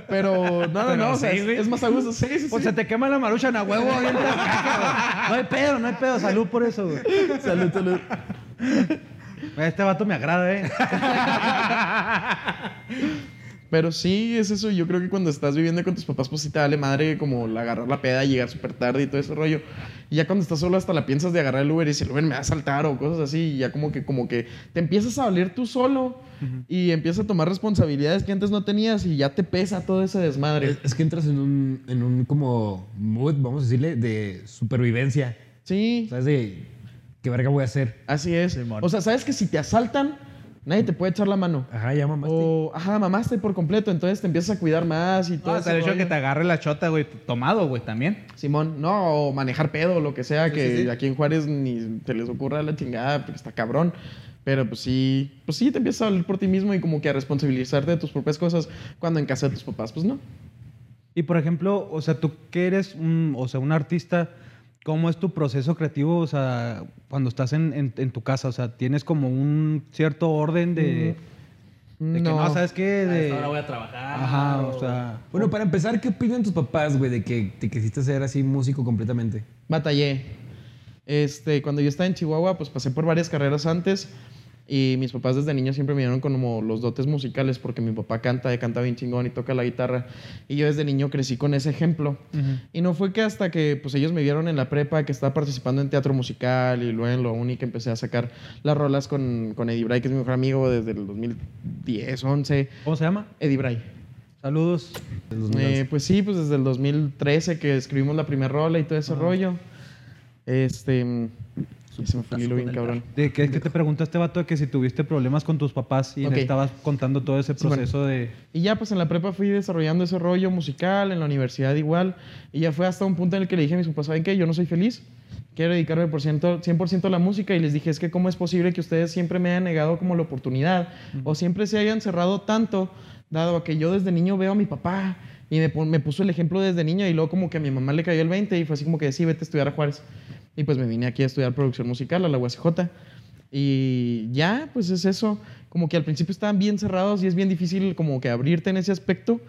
Pero nada, no, o sea,
sí,
es,
güey.
es más a gusto. Sí, sí,
Pues
sí.
se te quema la marucha, a huevo. avientas caca, güey. No hay pedo, no hay pedo. Salud por eso, güey.
Salud, salud.
Este vato me agrada, eh.
Pero sí, es eso. Yo creo que cuando estás viviendo con tus papás, pues sí te vale madre como la- agarrar la peda, llegar súper tarde y todo ese rollo. Y ya cuando estás solo, hasta la piensas de agarrar el Uber y decir, Uber me va a saltar o cosas así. Y ya como que, como que te empiezas a valer tú solo y empiezas a tomar responsabilidades que antes no tenías y ya te pesa todo ese desmadre.
Es, es que entras en un, en un como mood, vamos a decirle, de supervivencia.
Sí,
¿Sabes de qué verga voy a hacer?
así es. O sea, sabes que si te asaltan, nadie te puede echar la mano.
Ajá, ya mamaste.
O, ajá, mamaste por completo, entonces te empiezas a cuidar más y todo.
No,
ese
hasta Ah, el hecho
rollo.
que te agarre la chota, güey, tomado, güey, también.
Simón, no, o manejar pedo, lo que sea, que
sí, sí.
aquí en Juárez ni te les ocurra la chingada, porque está cabrón. Pero pues sí, pues sí, te empiezas a hablar por ti mismo y como que a responsabilizarte de tus propias cosas cuando en casa de tus papás, pues no.
Y por ejemplo, o sea, tú que eres un, o sea, un artista, ¿cómo es tu proceso creativo? O sea, cuando estás en, en- en tu casa, o sea, tienes como un cierto orden de,
Mm,
de que no, sabes qué, de
Ah, Ahora voy a trabajar.
(laughs)
ajá, o sea,
Bueno, para empezar, ¿qué opinan tus papás, güey, de que te quisiste ser así músico completamente?
batallé. Este, cuando yo estaba en Chihuahua, pues pasé por varias carreras antes y mis papás desde niño siempre me dieron como los dotes musicales porque mi papá canta, canta bien chingón y toca la guitarra y yo desde niño crecí con ese ejemplo. Y no fue que hasta que pues ellos me vieron en la prepa que estaba participando en teatro musical y luego en lo único que empecé a sacar las rolas con, con Eddie Bray, que es mi mejor amigo desde el 2010, 11.
¿cómo se llama?
Eddie Bray.
Saludos.
Eh, pues sí, pues desde el 2013 que escribimos la primera rola y todo ese rollo. Este. mm, ya Se me fue el hilo bien cabrón.
De que, que te preguntó este vato de que si tuviste problemas con tus papás y
Ok.
le estabas contando todo ese
Sí, bueno.
proceso de...
Y ya pues en la prepa fui desarrollando ese rollo musical, en la universidad igual. Y ya fue hasta un punto en el que le dije a mis papás, ¿saben qué? Yo no soy feliz. Quiero dedicarme por ciento, 100% a la música. Y les dije, es que cómo es posible que ustedes siempre me hayan negado como la oportunidad. O siempre se hayan cerrado tanto, dado a que yo desde niño veo a mi papá. Y me, pon- me puso el ejemplo desde niño. Y luego como que a mi mamá le cayó el 20 y fue así como que, sí, vete a estudiar a Juárez. Y pues me vine aquí a estudiar producción musical a la UACJ. Y ya, pues es eso. Como que al principio estaban bien cerrados y es bien difícil como que abrirte en ese aspecto.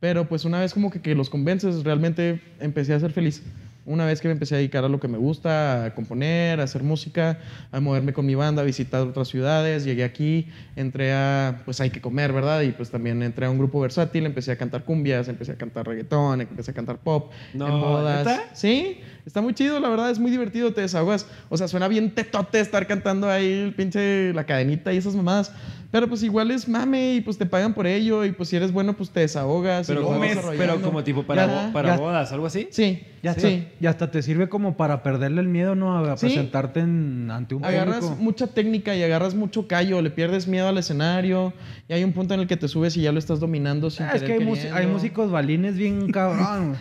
Pero pues una vez como que, que los convences, realmente empecé a ser feliz. Una vez que me empecé a dedicar a lo que me gusta, a componer, a hacer música, a moverme con mi banda, a visitar otras ciudades, llegué aquí, entré a, pues hay que comer, ¿verdad? Y pues también entré a un grupo versátil, empecé a cantar cumbias, empecé a cantar reggaetón, empecé a cantar pop, en bodas. Sí, está muy chido, la verdad, es muy divertido, te desahogas. O sea, suena bien tetote estar cantando ahí el pinche la cadenita y esas mamadas. Pero pues igual es mame y pues te pagan por ello y pues si eres bueno pues te desahogas. y
Pero,
lo
como,
vas
pero
desarrollando.
como tipo para,
Ajá.
bo- para
ya.
bodas, algo así.
Sí,
Ya
sí.
hasta, y hasta te sirve como para perderle el miedo, ¿no? A
Sí.
presentarte en- ante un
Agarras
público.
mucha técnica y agarras mucho callo, le pierdes miedo al escenario y hay un punto en el que te subes y ya lo estás dominando sin
Ah, es que
querer
hay, mus- hay
queriendo.
músicos balines (laughs) bien cabrón.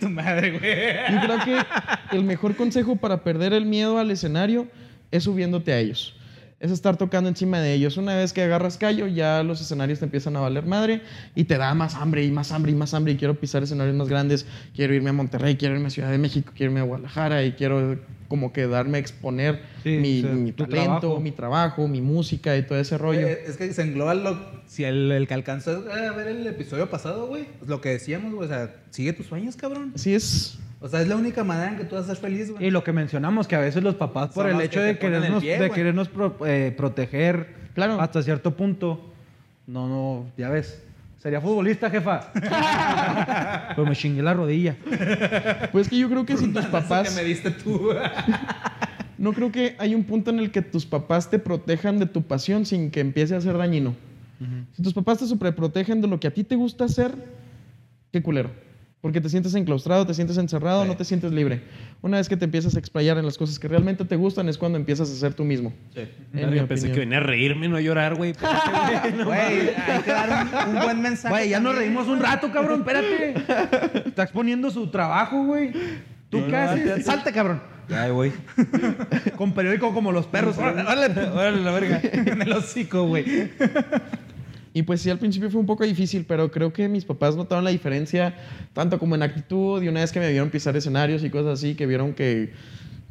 tu madre, güey.
Yo creo que el mejor consejo para perder el miedo al escenario es subiéndote a ellos. es estar tocando encima de ellos. Una vez que agarras callo, ya los escenarios te empiezan a valer madre y te da más hambre y más hambre y más hambre y quiero pisar escenarios más grandes, quiero irme a Monterrey, quiero irme a Ciudad de México, quiero irme a Guadalajara y quiero como que darme a exponer
Sí,
mi,
o sea,
mi
tu
talento,
trabajo.
mi trabajo, mi música y todo ese rollo.
Eh, Es que se engloba lo. Si el, el que alcanzó a ver el episodio pasado, güey, pues lo que decíamos, güey, o sea, sigue tus sueños, cabrón.
Así es.
O sea, es la única manera en que tú vas a ser feliz, (laughs) güey.
Y lo que mencionamos, que a veces los papás, por
Son
el
los
hecho
que te ponen
de
el
querernos,
pie,
de
güey.
querernos pro- eh, proteger
Claro.
hasta cierto punto, no, no, ya ves. Sería futbolista, (laughs) jefa. Pero me chingué la rodilla.
Pues que yo creo que si tus papás...
que me diste (laughs) tú.
No creo que hay un punto en el que tus papás te protejan de tu pasión sin que empiece a ser dañino. Si tus papás te sobreprotegen de lo que a ti te gusta hacer, qué culero. Porque te sientes enclaustrado, te sientes encerrado, no te sientes libre. Una vez que te empiezas a explayar en las cosas que realmente te gustan es cuando empiezas a ser tú mismo. En mi
Yo pensé
opinión.
que venía a reírme, no a llorar, güey.
Güey, hay que dar un, un buen mensaje.
Güey, ya nos
también.
reímos un rato, cabrón, espérate. Está exponiendo su trabajo, güey. ¿Tú qué haces? Salte, cabrón.
Ay, güey.
Con periódico como los perros. ¿eh?
Órale, la verga.
en el hocico, güey.
Y pues sí, al principio fue un poco difícil, pero creo que mis papás notaron la diferencia, tanto como en actitud, y una vez que me vieron pisar escenarios y cosas así, que vieron que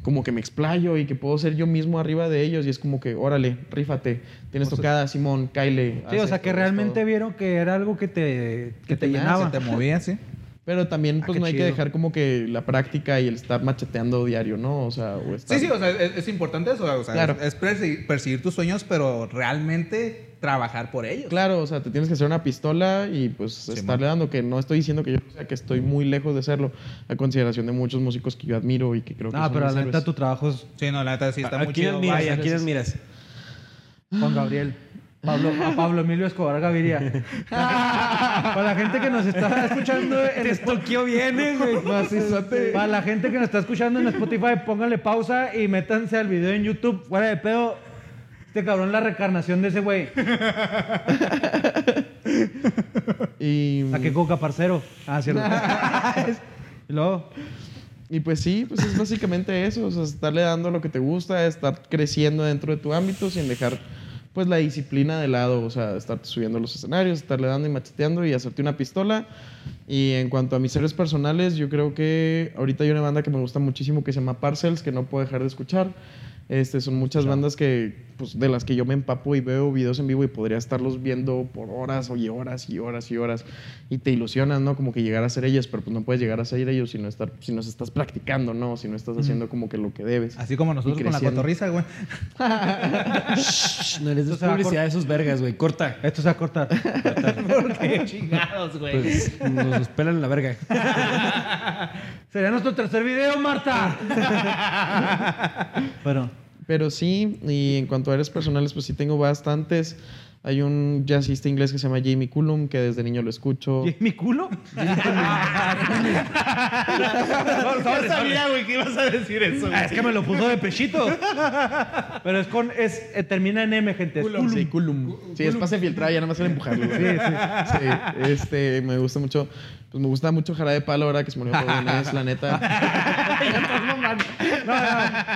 como que me explayo y que puedo ser yo mismo arriba de ellos, y es como que, órale, rífate, tienes tocada, Simón, Kyle.
Sí, o sea, que realmente vieron que era algo que te, que te
te llenaba,
llenaba.
Se te movía, sí.
Pero también,
Ah,
pues
qué
no hay que
chido.
dejar como que la práctica y el estar macheteando diario, ¿no? O sea, o estar-
Sí, sí, o sea, es, es importante eso. O sea,
Claro.
es, es perse- perseguir tus sueños, pero realmente trabajar por ellos.
Claro, o sea, te tienes que hacer una pistola y pues estarle dando que no estoy diciendo que yo o sea, que estoy muy lejos de serlo, a consideración de muchos músicos que yo admiro y que creo que
No,
son
pero
mis
la
héroes.
neta tu trabajo es
Sí, no, la neta sí está
¿A
muy
quién
chido.
admiras?
vaya.
¿A quién admiras?
Juan Gabriel. Pablo, a Pablo Emilio Escobar Gaviria. Para la gente que nos está escuchando en
Tokio viene,
(laughs)
güey.
Spotify. Para la gente que nos está escuchando en Spotify, pónganle pausa y métanse al video en YouTube. Fuera de pedo. Este cabrón la recarnación de ese güey.
Y,
A qué coca, parcero. Ah, cierto. y luego,
y pues sí, pues es básicamente eso, o sea, estarle dando lo que te gusta, estar creciendo dentro de tu ámbito sin dejar pues la disciplina de lado, o sea, estar subiendo a los escenarios, estarle dando y macheteando y hacerte una pistola. Y en cuanto a mis seres personales, yo creo que ahorita hay una banda que me gusta muchísimo que se llama Parcels, que no puedo dejar de escuchar. Este, son muchas bandas que, pues, de las que yo me empapo y veo videos en vivo y podría estarlos viendo por horas y horas y horas y horas. Y te ilusionan, ¿no? Como que llegar a ser ellas, pero pues no puedes llegar a ser ellos si no, estar, si no estás practicando, ¿no? Si no estás haciendo como que lo que debes.
Así como nosotros
Y
con la
creciendo.
cotorriza, güey.
No les des
se va a
publicidad a esos vergas, güey. Corta.
esto se va a cortar.
Qué chingados, güey.
Pues nos pelan la verga.
Sería nuestro tercer video, Marta. bueno,
Pero sí, y en cuanto a eres personales, pues sí tengo bastantes. Hay un jazzista inglés que se llama Jamie Cullum, que desde niño lo escucho.
¿y mi culo?
Yo sabía, güey, que ibas a decir eso. güey.
Ah, es que me lo puso de pechito. Pero es con. Es, eh, termina en M, gente. Es culum.
Sí, Cullum. Sí, es pase filtrado, ya nada más el empujarlo. güey. Sí, este, me gusta mucho. Pues me gusta mucho Jarabe Palo ahora que se murió todo es la neta.
No,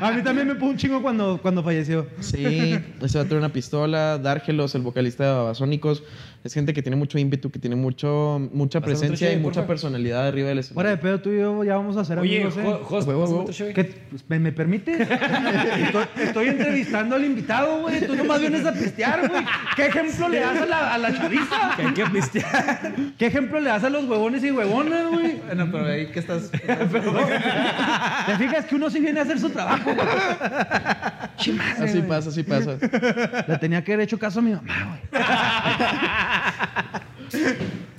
no, a mí también me puso un chingo cuando, cuando falleció.
Sí, ese va a tener una pistola. Dárgelos, el vocalista de Babasónicos. Es gente que tiene mucho ímpetu, que tiene mucho, mucha
Pásame otro
presencia y
shake,
mucha
porfa.
personalidad arriba del
Fuera de
escenario.
pedo, tú y yo ya vamos a hacer
Oye,
amigos, ¿eh?
jo- Jos,
Huevo,
pásame
huevo.
otro shot, güey.
¿Qué? Pues, ¿Me, me permites? Estoy, estoy entrevistando al invitado, güey. Tú nomás vienes a pistear, güey. ¿Qué ejemplo le das a la, a la chaviza?
Que hay que pistear.
¿Qué ejemplo le das a los huevones y huevonas,
(laughs)
güey?
Bueno, pero ahí que (laughs) estás.
¿Te fijas que uno sí viene a hacer su trabajo? güey? Chi madre,
Así
güey.
pasa, así pasa.
Le tenía que haber hecho caso a mi mamá, güey.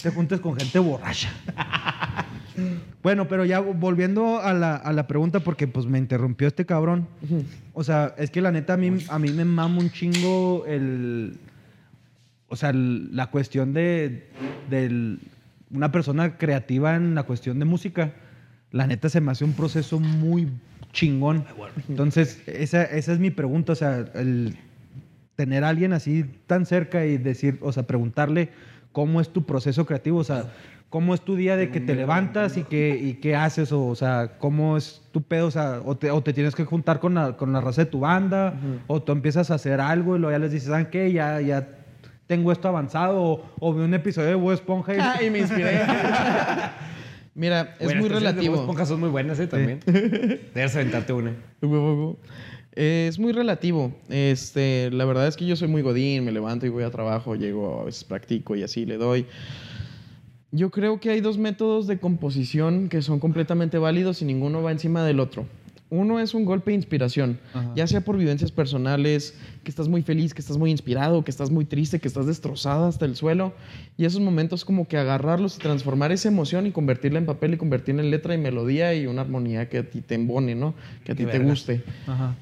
Te juntas con gente borracha. Bueno, pero ya volviendo a la, a la pregunta, porque pues me interrumpió este cabrón. O sea, es que la neta a mí, a mí me mama un chingo el. O sea, el- la cuestión de. del- una persona creativa en la cuestión de música. La neta se me hace un proceso muy chingón. Entonces, esa, esa es mi pregunta. O sea, el tener a alguien así tan cerca y decir, o sea, preguntarle cómo es tu proceso creativo, o sea, cómo es tu día de que te levantas y qué, y qué haces, o, o sea, cómo es tu pedo, o sea, o te, o te tienes que juntar con la, con la raza de tu banda, o tú empiezas a hacer algo y luego ya les dices, ¿saben qué? Ya, ya tengo esto avanzado, o, o vi un episodio de Bob Esponja y...
Ah,
(laughs)
y me inspiré. Mira, es
Bueno, las canciones de
muy
Bob
relativo.
Esponja son muy buenas, ¿eh? También. Debes aventarte una.
Huevo, huevo. Eh, es muy relativo. Este, la verdad es que yo soy muy godín, me levanto y voy a trabajo, llego, a veces practico y así le doy. Yo creo que hay dos métodos de composición que son completamente válidos y ninguno va encima del otro. Uno es un golpe de inspiración, ya sea por vivencias personales, que estás muy feliz, que estás muy inspirado, que estás muy triste, que estás destrozada hasta el suelo. Y esos momentos como que agarrarlos y transformar esa emoción y convertirla en papel y convertirla en letra y melodía y una armonía que a ti te embone, ¿no? Que a ti te guste.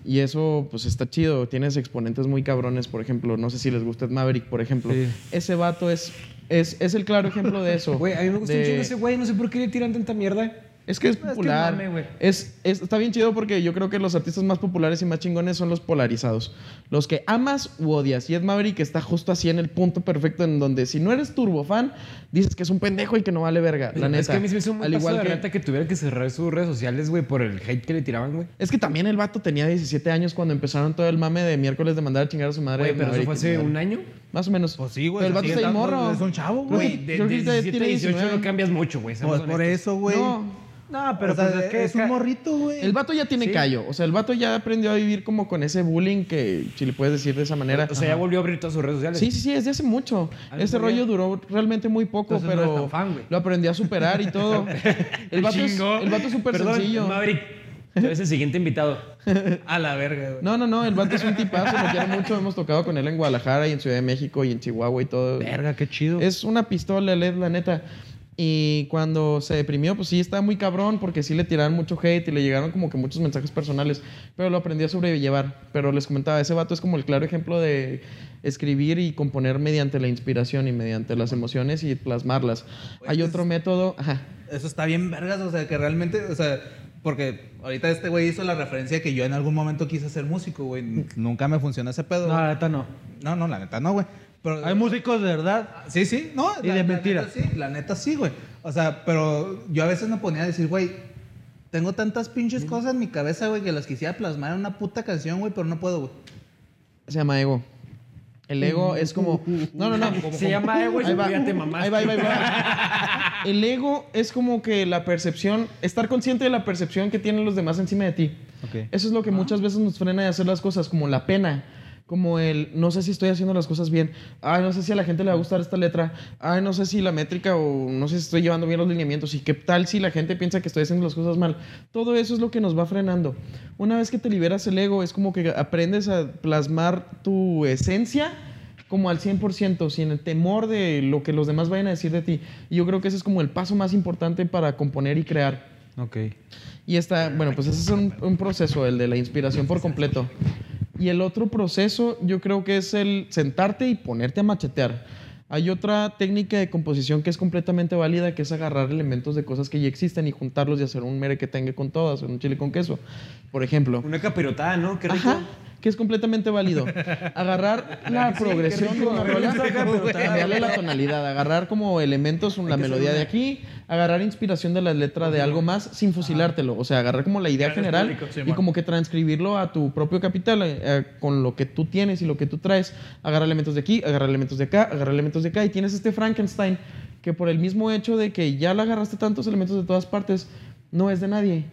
Y eso pues está chido. Tienes exponentes muy cabrones, por ejemplo. No sé si les gusta Ed Maverick, por ejemplo. Ese vato es, es, es el claro ejemplo de
(laughs)
eso.
Güey, a mí me gusta
De-
un chingo ese güey. No sé por qué le tiran tanta mierda.
es que es popular.
mame, güey.
Es- es- está bien chido porque yo creo que los artistas más populares y más chingones son los polarizados. Los que amas u odias. Y Ed Maverick está justo así en el punto perfecto en donde si no eres turbofan, dices que es un pendejo y que no vale verga. La neta.
Es que a mí se me hizo un
Al
paso
igual
de
que-
reta que tuviera que cerrar sus redes sociales, güey, por el hate que le tiraban, güey.
Es que también el vato tenía 17 años cuando empezaron todo el mame de miércoles de mandar a chingar a su madre. a
Güey,
Ed
pero eso
Maverick,
fue hace
¿no?
un año.
Más o menos.
Pues sí, güey,
Pero el
o sea,
vato
sigue
está ahí
dando-
morro.
es un chavo, güey.
Creo que-
De,
creo que
de
ahorita
17 a
tiene
18 no
19.
cambias mucho, güey. seamos
Por, por
honestos.
eso, güey.
e- No.
No, pero
O sea,
pues, es que...
es un
ca-
morrito, güey.
El vato ya tiene callo. O sea, el vato ya aprendió a vivir como con ese bullying que, si le puedes decir de esa manera.
O sea, ya volvió a abrir todas sus redes sociales.
Sí, sí, sí, es de hace mucho. Ese rollo duró realmente muy poco,
Entonces no
pero
eres tan fan, güey.
lo aprendí a superar y todo. El vato es
Chingo.
el vato es súper
Perdón,
sencillo.
Maverick, tú eres el siguiente
(laughs)
invitado. A la verga, güey.
No, no, no, el vato es un tipazo, lo quiero mucho. Hemos tocado con él en Guadalajara y en Ciudad de México y en Chihuahua y todo.
Verga, qué chido.
Es una pistola, LED, la neta. Y cuando se deprimió, pues sí, estaba muy cabrón porque sí le tiraron mucho hate y le llegaron como que muchos mensajes personales. Pero lo aprendí a sobrellevar. Pero les comentaba, ese vato es como el claro ejemplo de escribir y componer mediante la inspiración y mediante las emociones y plasmarlas. Hay otro método. Ajá.
Eso está bien vergas, o sea, que realmente, o sea, porque ahorita este güey hizo la referencia que yo en algún momento quise ser músico, güey. N- Nunca me funcionó ese pedo.
No, la neta no.
No, no, la neta no, güey. Pero,
Hay músicos de verdad
sí, sí, no.
Y
la-
de
la
mentira.
neta sí, la neta sí, güey. O sea, pero yo a veces me ponía a decir, güey, tengo tantas pinches cosas en mi cabeza, güey, que las quisiera plasmar en una puta canción, güey, pero no puedo, güey.
Se llama ego. El ego es como. No, no, no.
Se llama eh, Ego y
Ahí va.
fíjate, mamá.
Ahí va, ahí va, ahí va. El ego es como que la percepción, estar consciente de la percepción que tienen los demás encima de ti. Eso es lo que muchas veces nos frena de hacer las cosas, como la pena, como el no sé si estoy haciendo las cosas bien, ay, no sé si a la gente le va a gustar esta letra, ay, no sé si la métrica o no sé si estoy llevando bien los lineamientos y qué tal si la gente piensa que estoy haciendo las cosas mal. Todo eso es lo que nos va frenando. Una vez que te liberas el ego, es como que aprendes a plasmar tu esencia como al 100%, sin el temor de lo que los demás vayan a decir de ti. Y yo creo que ese es como el paso más importante para componer y crear.
Ok.
Y está, bueno, pues ese es un, un proceso, el de la inspiración por completo. Y el otro proceso yo creo que es el sentarte y ponerte a machetear. Hay otra técnica de composición que es completamente válida, que es agarrar elementos de cosas que ya existen y juntarlos y hacer un mere que tenga con todas, un chile con queso, por ejemplo.
Una capirotada, ¿no? Qué rico.
Ajá, que es completamente válido.
(laughs)
Agarrar la progresión de una rola, cambiarle la tonalidad, agarrar como elementos, la melodía de aquí, agarrar inspiración de la letra de algo más sin fusilártelo. O sea, agarrar como la idea general y como que transcribirlo a tu propio capital, eh, eh, con lo que tú tienes y lo que tú traes. Agarrar elementos de aquí, agarrar elementos de acá, agarrar elementos de acá y tienes este Frankenstein que por el mismo hecho de que ya le agarraste tantos elementos de todas partes, no es de nadie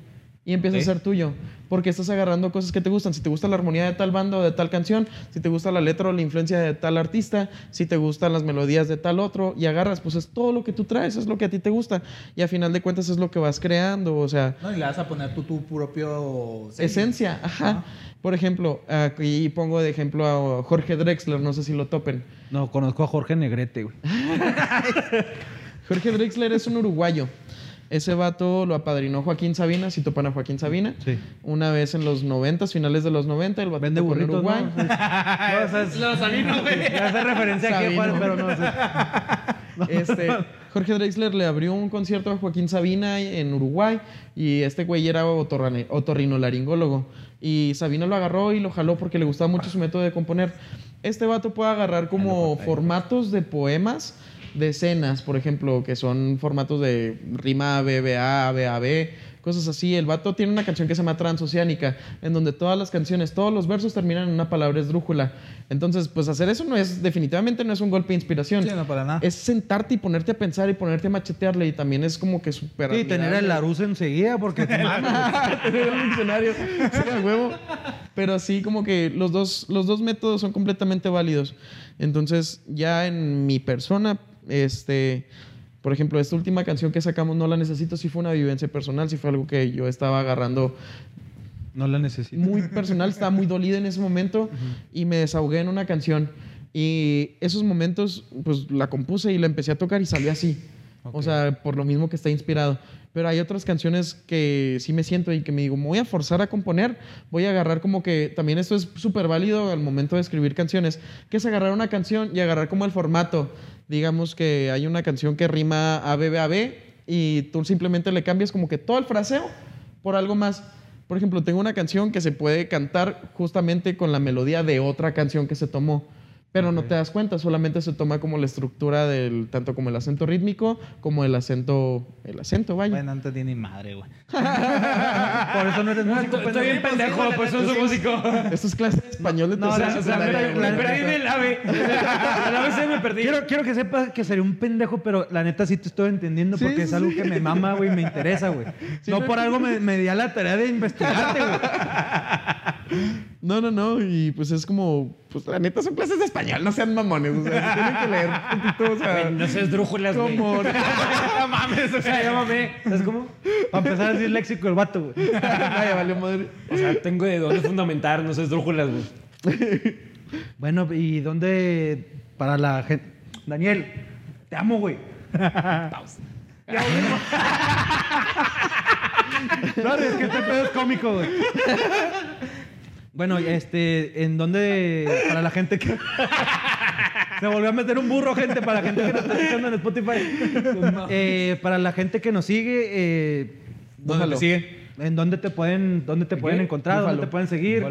y empieza a ser tuyo. Porque estás agarrando cosas que te gustan. Si te gusta la armonía de tal banda o de tal canción, si te gusta la letra o la influencia de tal artista, si te gustan las melodías de tal otro, y agarras, pues es todo lo que tú traes, es lo que a ti te gusta. Y a final de cuentas es lo que vas creando. O sea,
No, y le vas a poner tú tu propio... sello.
esencia. Ajá. Por ejemplo, aquí pongo de ejemplo a Jorge Drexler, no sé si lo topen.
No, conozco a Jorge Negrete, güey.
Jorge Drexler es un uruguayo. Ese vato lo apadrinó Joaquín Sabina, si topan a Joaquín Sabina. (laughs)
Sí.
Una vez en los 90, finales de los 90, el vato
Vende
tocó en
burritos,
Uruguay.
¿no? No, o sea, es- Ya hace referencia aquí a Juan,
Sabino.
pero no sé.
(laughs) Este, Jorge Drexler le abrió un concierto a Joaquín Sabina en Uruguay y este güey era otorrane- otorrinolaringólogo. Y Sabina lo agarró y lo jaló porque le gustaba mucho su método de componer. Este vato puede agarrar como formatos de poemas de escenas, por ejemplo, que son formatos de rima BBA, BAB, cosas así. El vato tiene una canción que se llama Transoceánica, en donde todas las canciones, todos los versos terminan en una palabra esdrújula. Entonces, pues hacer eso no es, definitivamente no es un golpe de inspiración.
Sí, no, para nada.
Es sentarte y ponerte a pensar y ponerte a machetearle y también es como que superar.
Sí, tener el Larus enseguida
(laughs)
porque mames.
tener el diccionario. Sí, a huevo. Pero sí, como que los dos, los dos métodos son completamente válidos. Entonces, ya en mi persona, este. Por ejemplo, esta última canción que sacamos, No la necesito, sí fue una vivencia personal, sí fue algo que yo estaba agarrando
No la necesito. (laughs)
muy personal, estaba muy dolida en ese momento y me desahogué en una canción. Y esos momentos, pues la compuse y la empecé a tocar y salió así. O sea, por lo mismo que está inspirado. Pero hay otras canciones que sí me siento y que me digo, me voy a forzar a componer, voy a agarrar como que, también esto es súper válido al momento de escribir canciones, que es agarrar una canción y agarrar como el formato. Digamos que hay una canción que rima a B, B, A, B y tú simplemente le cambias como que todo el fraseo por algo más. Por ejemplo, tengo una canción que se puede cantar justamente con la melodía de otra canción que se tomó, pero no te das cuenta, solamente se toma como la estructura del tanto como el acento rítmico como el acento el acento, vaya.
Bueno, no te tiene ni madre, güey.
Por eso no eres músico.
Estoy bien pendejo, por eso soy músico.
(laughs) Esto es clase de español de
No,
tercera
o sea, o sea,
secundaria,
me-
güey.
Me perdí en el ave. El ave se me perdí.
Quiero, quiero que sepas que sería un pendejo, pero la neta sí te estoy entendiendo porque es algo que me mama, güey, me interesa, güey. no por algo me, me di a la tarea de investigarte, güey.
No, no, no, y pues es como pues la neta son clases de español, no sean mamones, o sea, tienen que leer un poquito, o sea,
No seas drújulas, güey. (laughs)
como (laughs)
O sea, llámame. ¿Sabes cómo?
Para empezar a decir léxico el vato, güey.
vaya, vale madre.
O sea, tengo de dónde fundamentar, no seas drújulas, güey.
Bueno, ¿y dónde para la gente? Daniel, te amo, güey. Pausa. no, es que este pedo es cómico, güey. Bueno, este, ¿en dónde para la gente que se volvió a meter un burro, gente, para la gente que nos está escuchando en Spotify. Eh, para la gente que nos sigue, eh,
¿Dónde te
sigue? ¿En dónde te pueden, dónde te pueden encontrar, dónde te pueden seguir?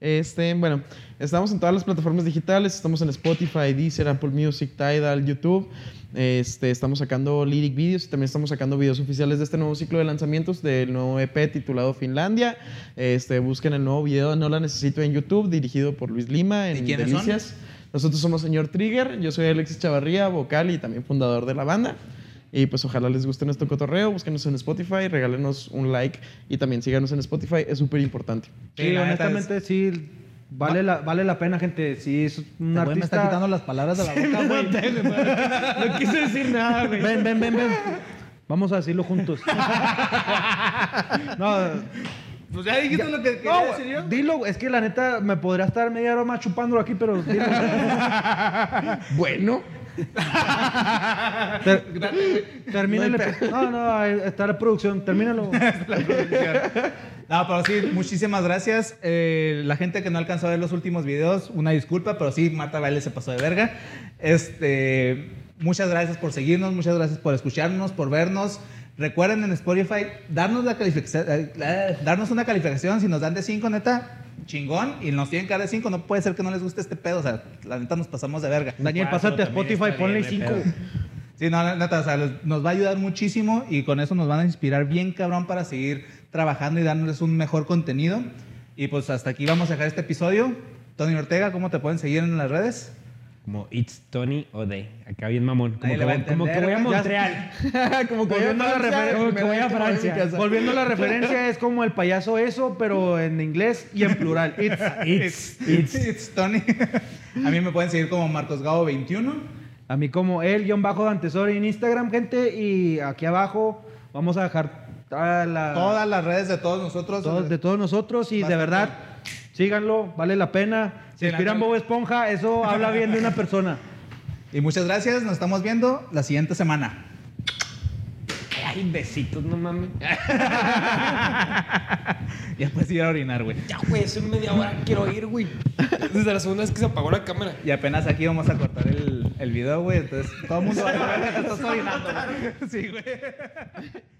Este, bueno, estamos en todas las plataformas digitales, estamos en Spotify, Deezer, Apple Music, Tidal, YouTube. Este, estamos sacando lyric videos y también estamos sacando videos oficiales de este nuevo ciclo de lanzamientos del nuevo EP titulado Finlandia. Este, busquen el nuevo video de No la necesito en YouTube, dirigido por Luis Lima en
¿Y quiénes son?
Delicias. Nosotros somos Señor Trigger, yo soy Alexis Chavarría, vocal y también fundador de la banda. Y pues ojalá les guste nuestro cotorreo, búsquenos en Spotify, regálenos un like y también síganos en Spotify, es súper importante.
Sí,
Sí, la neta
honestamente sí vale la, vale la pena, gente. Sí, es un
Güey, me está
artista.
quitando las palabras de la
(laughs)
boca, güey.
No quise decir nada, güey.
Ven, ven, ven, ven. Vamos a
(laughs)
decirlo juntos. no,
(laughs) Pues ya dijiste lo que quería decir yo.
dilo, es que la neta me podría estar media hora más chupándolo aquí, pero dilo.
Bueno,
Ter- termina el epi- No, no, ahí está la producción, termínalo.
(laughs) No, pero sí, muchísimas gracias. Eh, la gente que no alcanzó a ver los últimos videos, una disculpa, pero sí, Mata Baile se pasó de verga. Este, muchas gracias por seguirnos, muchas gracias por escucharnos, por vernos. Recuerden en Spotify darnos, la calificación, darnos una calificación. Si nos dan de 5, neta, chingón. Y nos tienen que dar de 5. No puede ser que no les guste este pedo. O sea, la neta nos pasamos de verga.
Daniel, pásate a Spotify, ponle cinco.
Sí, no, la neta, o sea, les- nos va a ayudar muchísimo y con eso nos van a inspirar bien cabrón para seguir trabajando y dándoles un mejor contenido. Y pues hasta aquí vamos a dejar este episodio. Tony Ortega, ¿cómo te pueden seguir en las redes?
Como It's Tony O'Day. Acá bien mamón. Como,
Nadie
que,
le va a
voy- como que
entender,
voy a
güey, ya-
Montreal.
como que
Volviendo a la refer-
como que voy a Francia.
Volviendo a la referencia, es como el payaso eso, pero en inglés y en plural.
(laughs)
It's-
It's,
It's,
it's.
Tony. (laughs) a mí me pueden seguir como Marcos Gabo 21.
A mí como el guión bajo Dantesori en Instagram, gente. Y aquí abajo vamos a dejar toda la-
Todas las redes de todos nosotros.
todos- de todos nosotros. Y de
Bastante.
verdad, síganlo, vale la pena.
Sí,
Se inspiran
la-
Bob Esponja, eso habla bien de una
(laughs)
persona.
Y muchas gracias. Nos estamos viendo la siguiente semana. (laughs)
Ay, besitos, no mames.
Ya puedes ir a orinar, güey.
Ya, güey, hace media hora quiero ir, güey. Desde la segunda vez que se apagó la cámara.
Y apenas aquí vamos a cortar (laughs) el, el video, güey. Entonces, todo el mundo va a saber que estás orinando. güey. Sí, güey.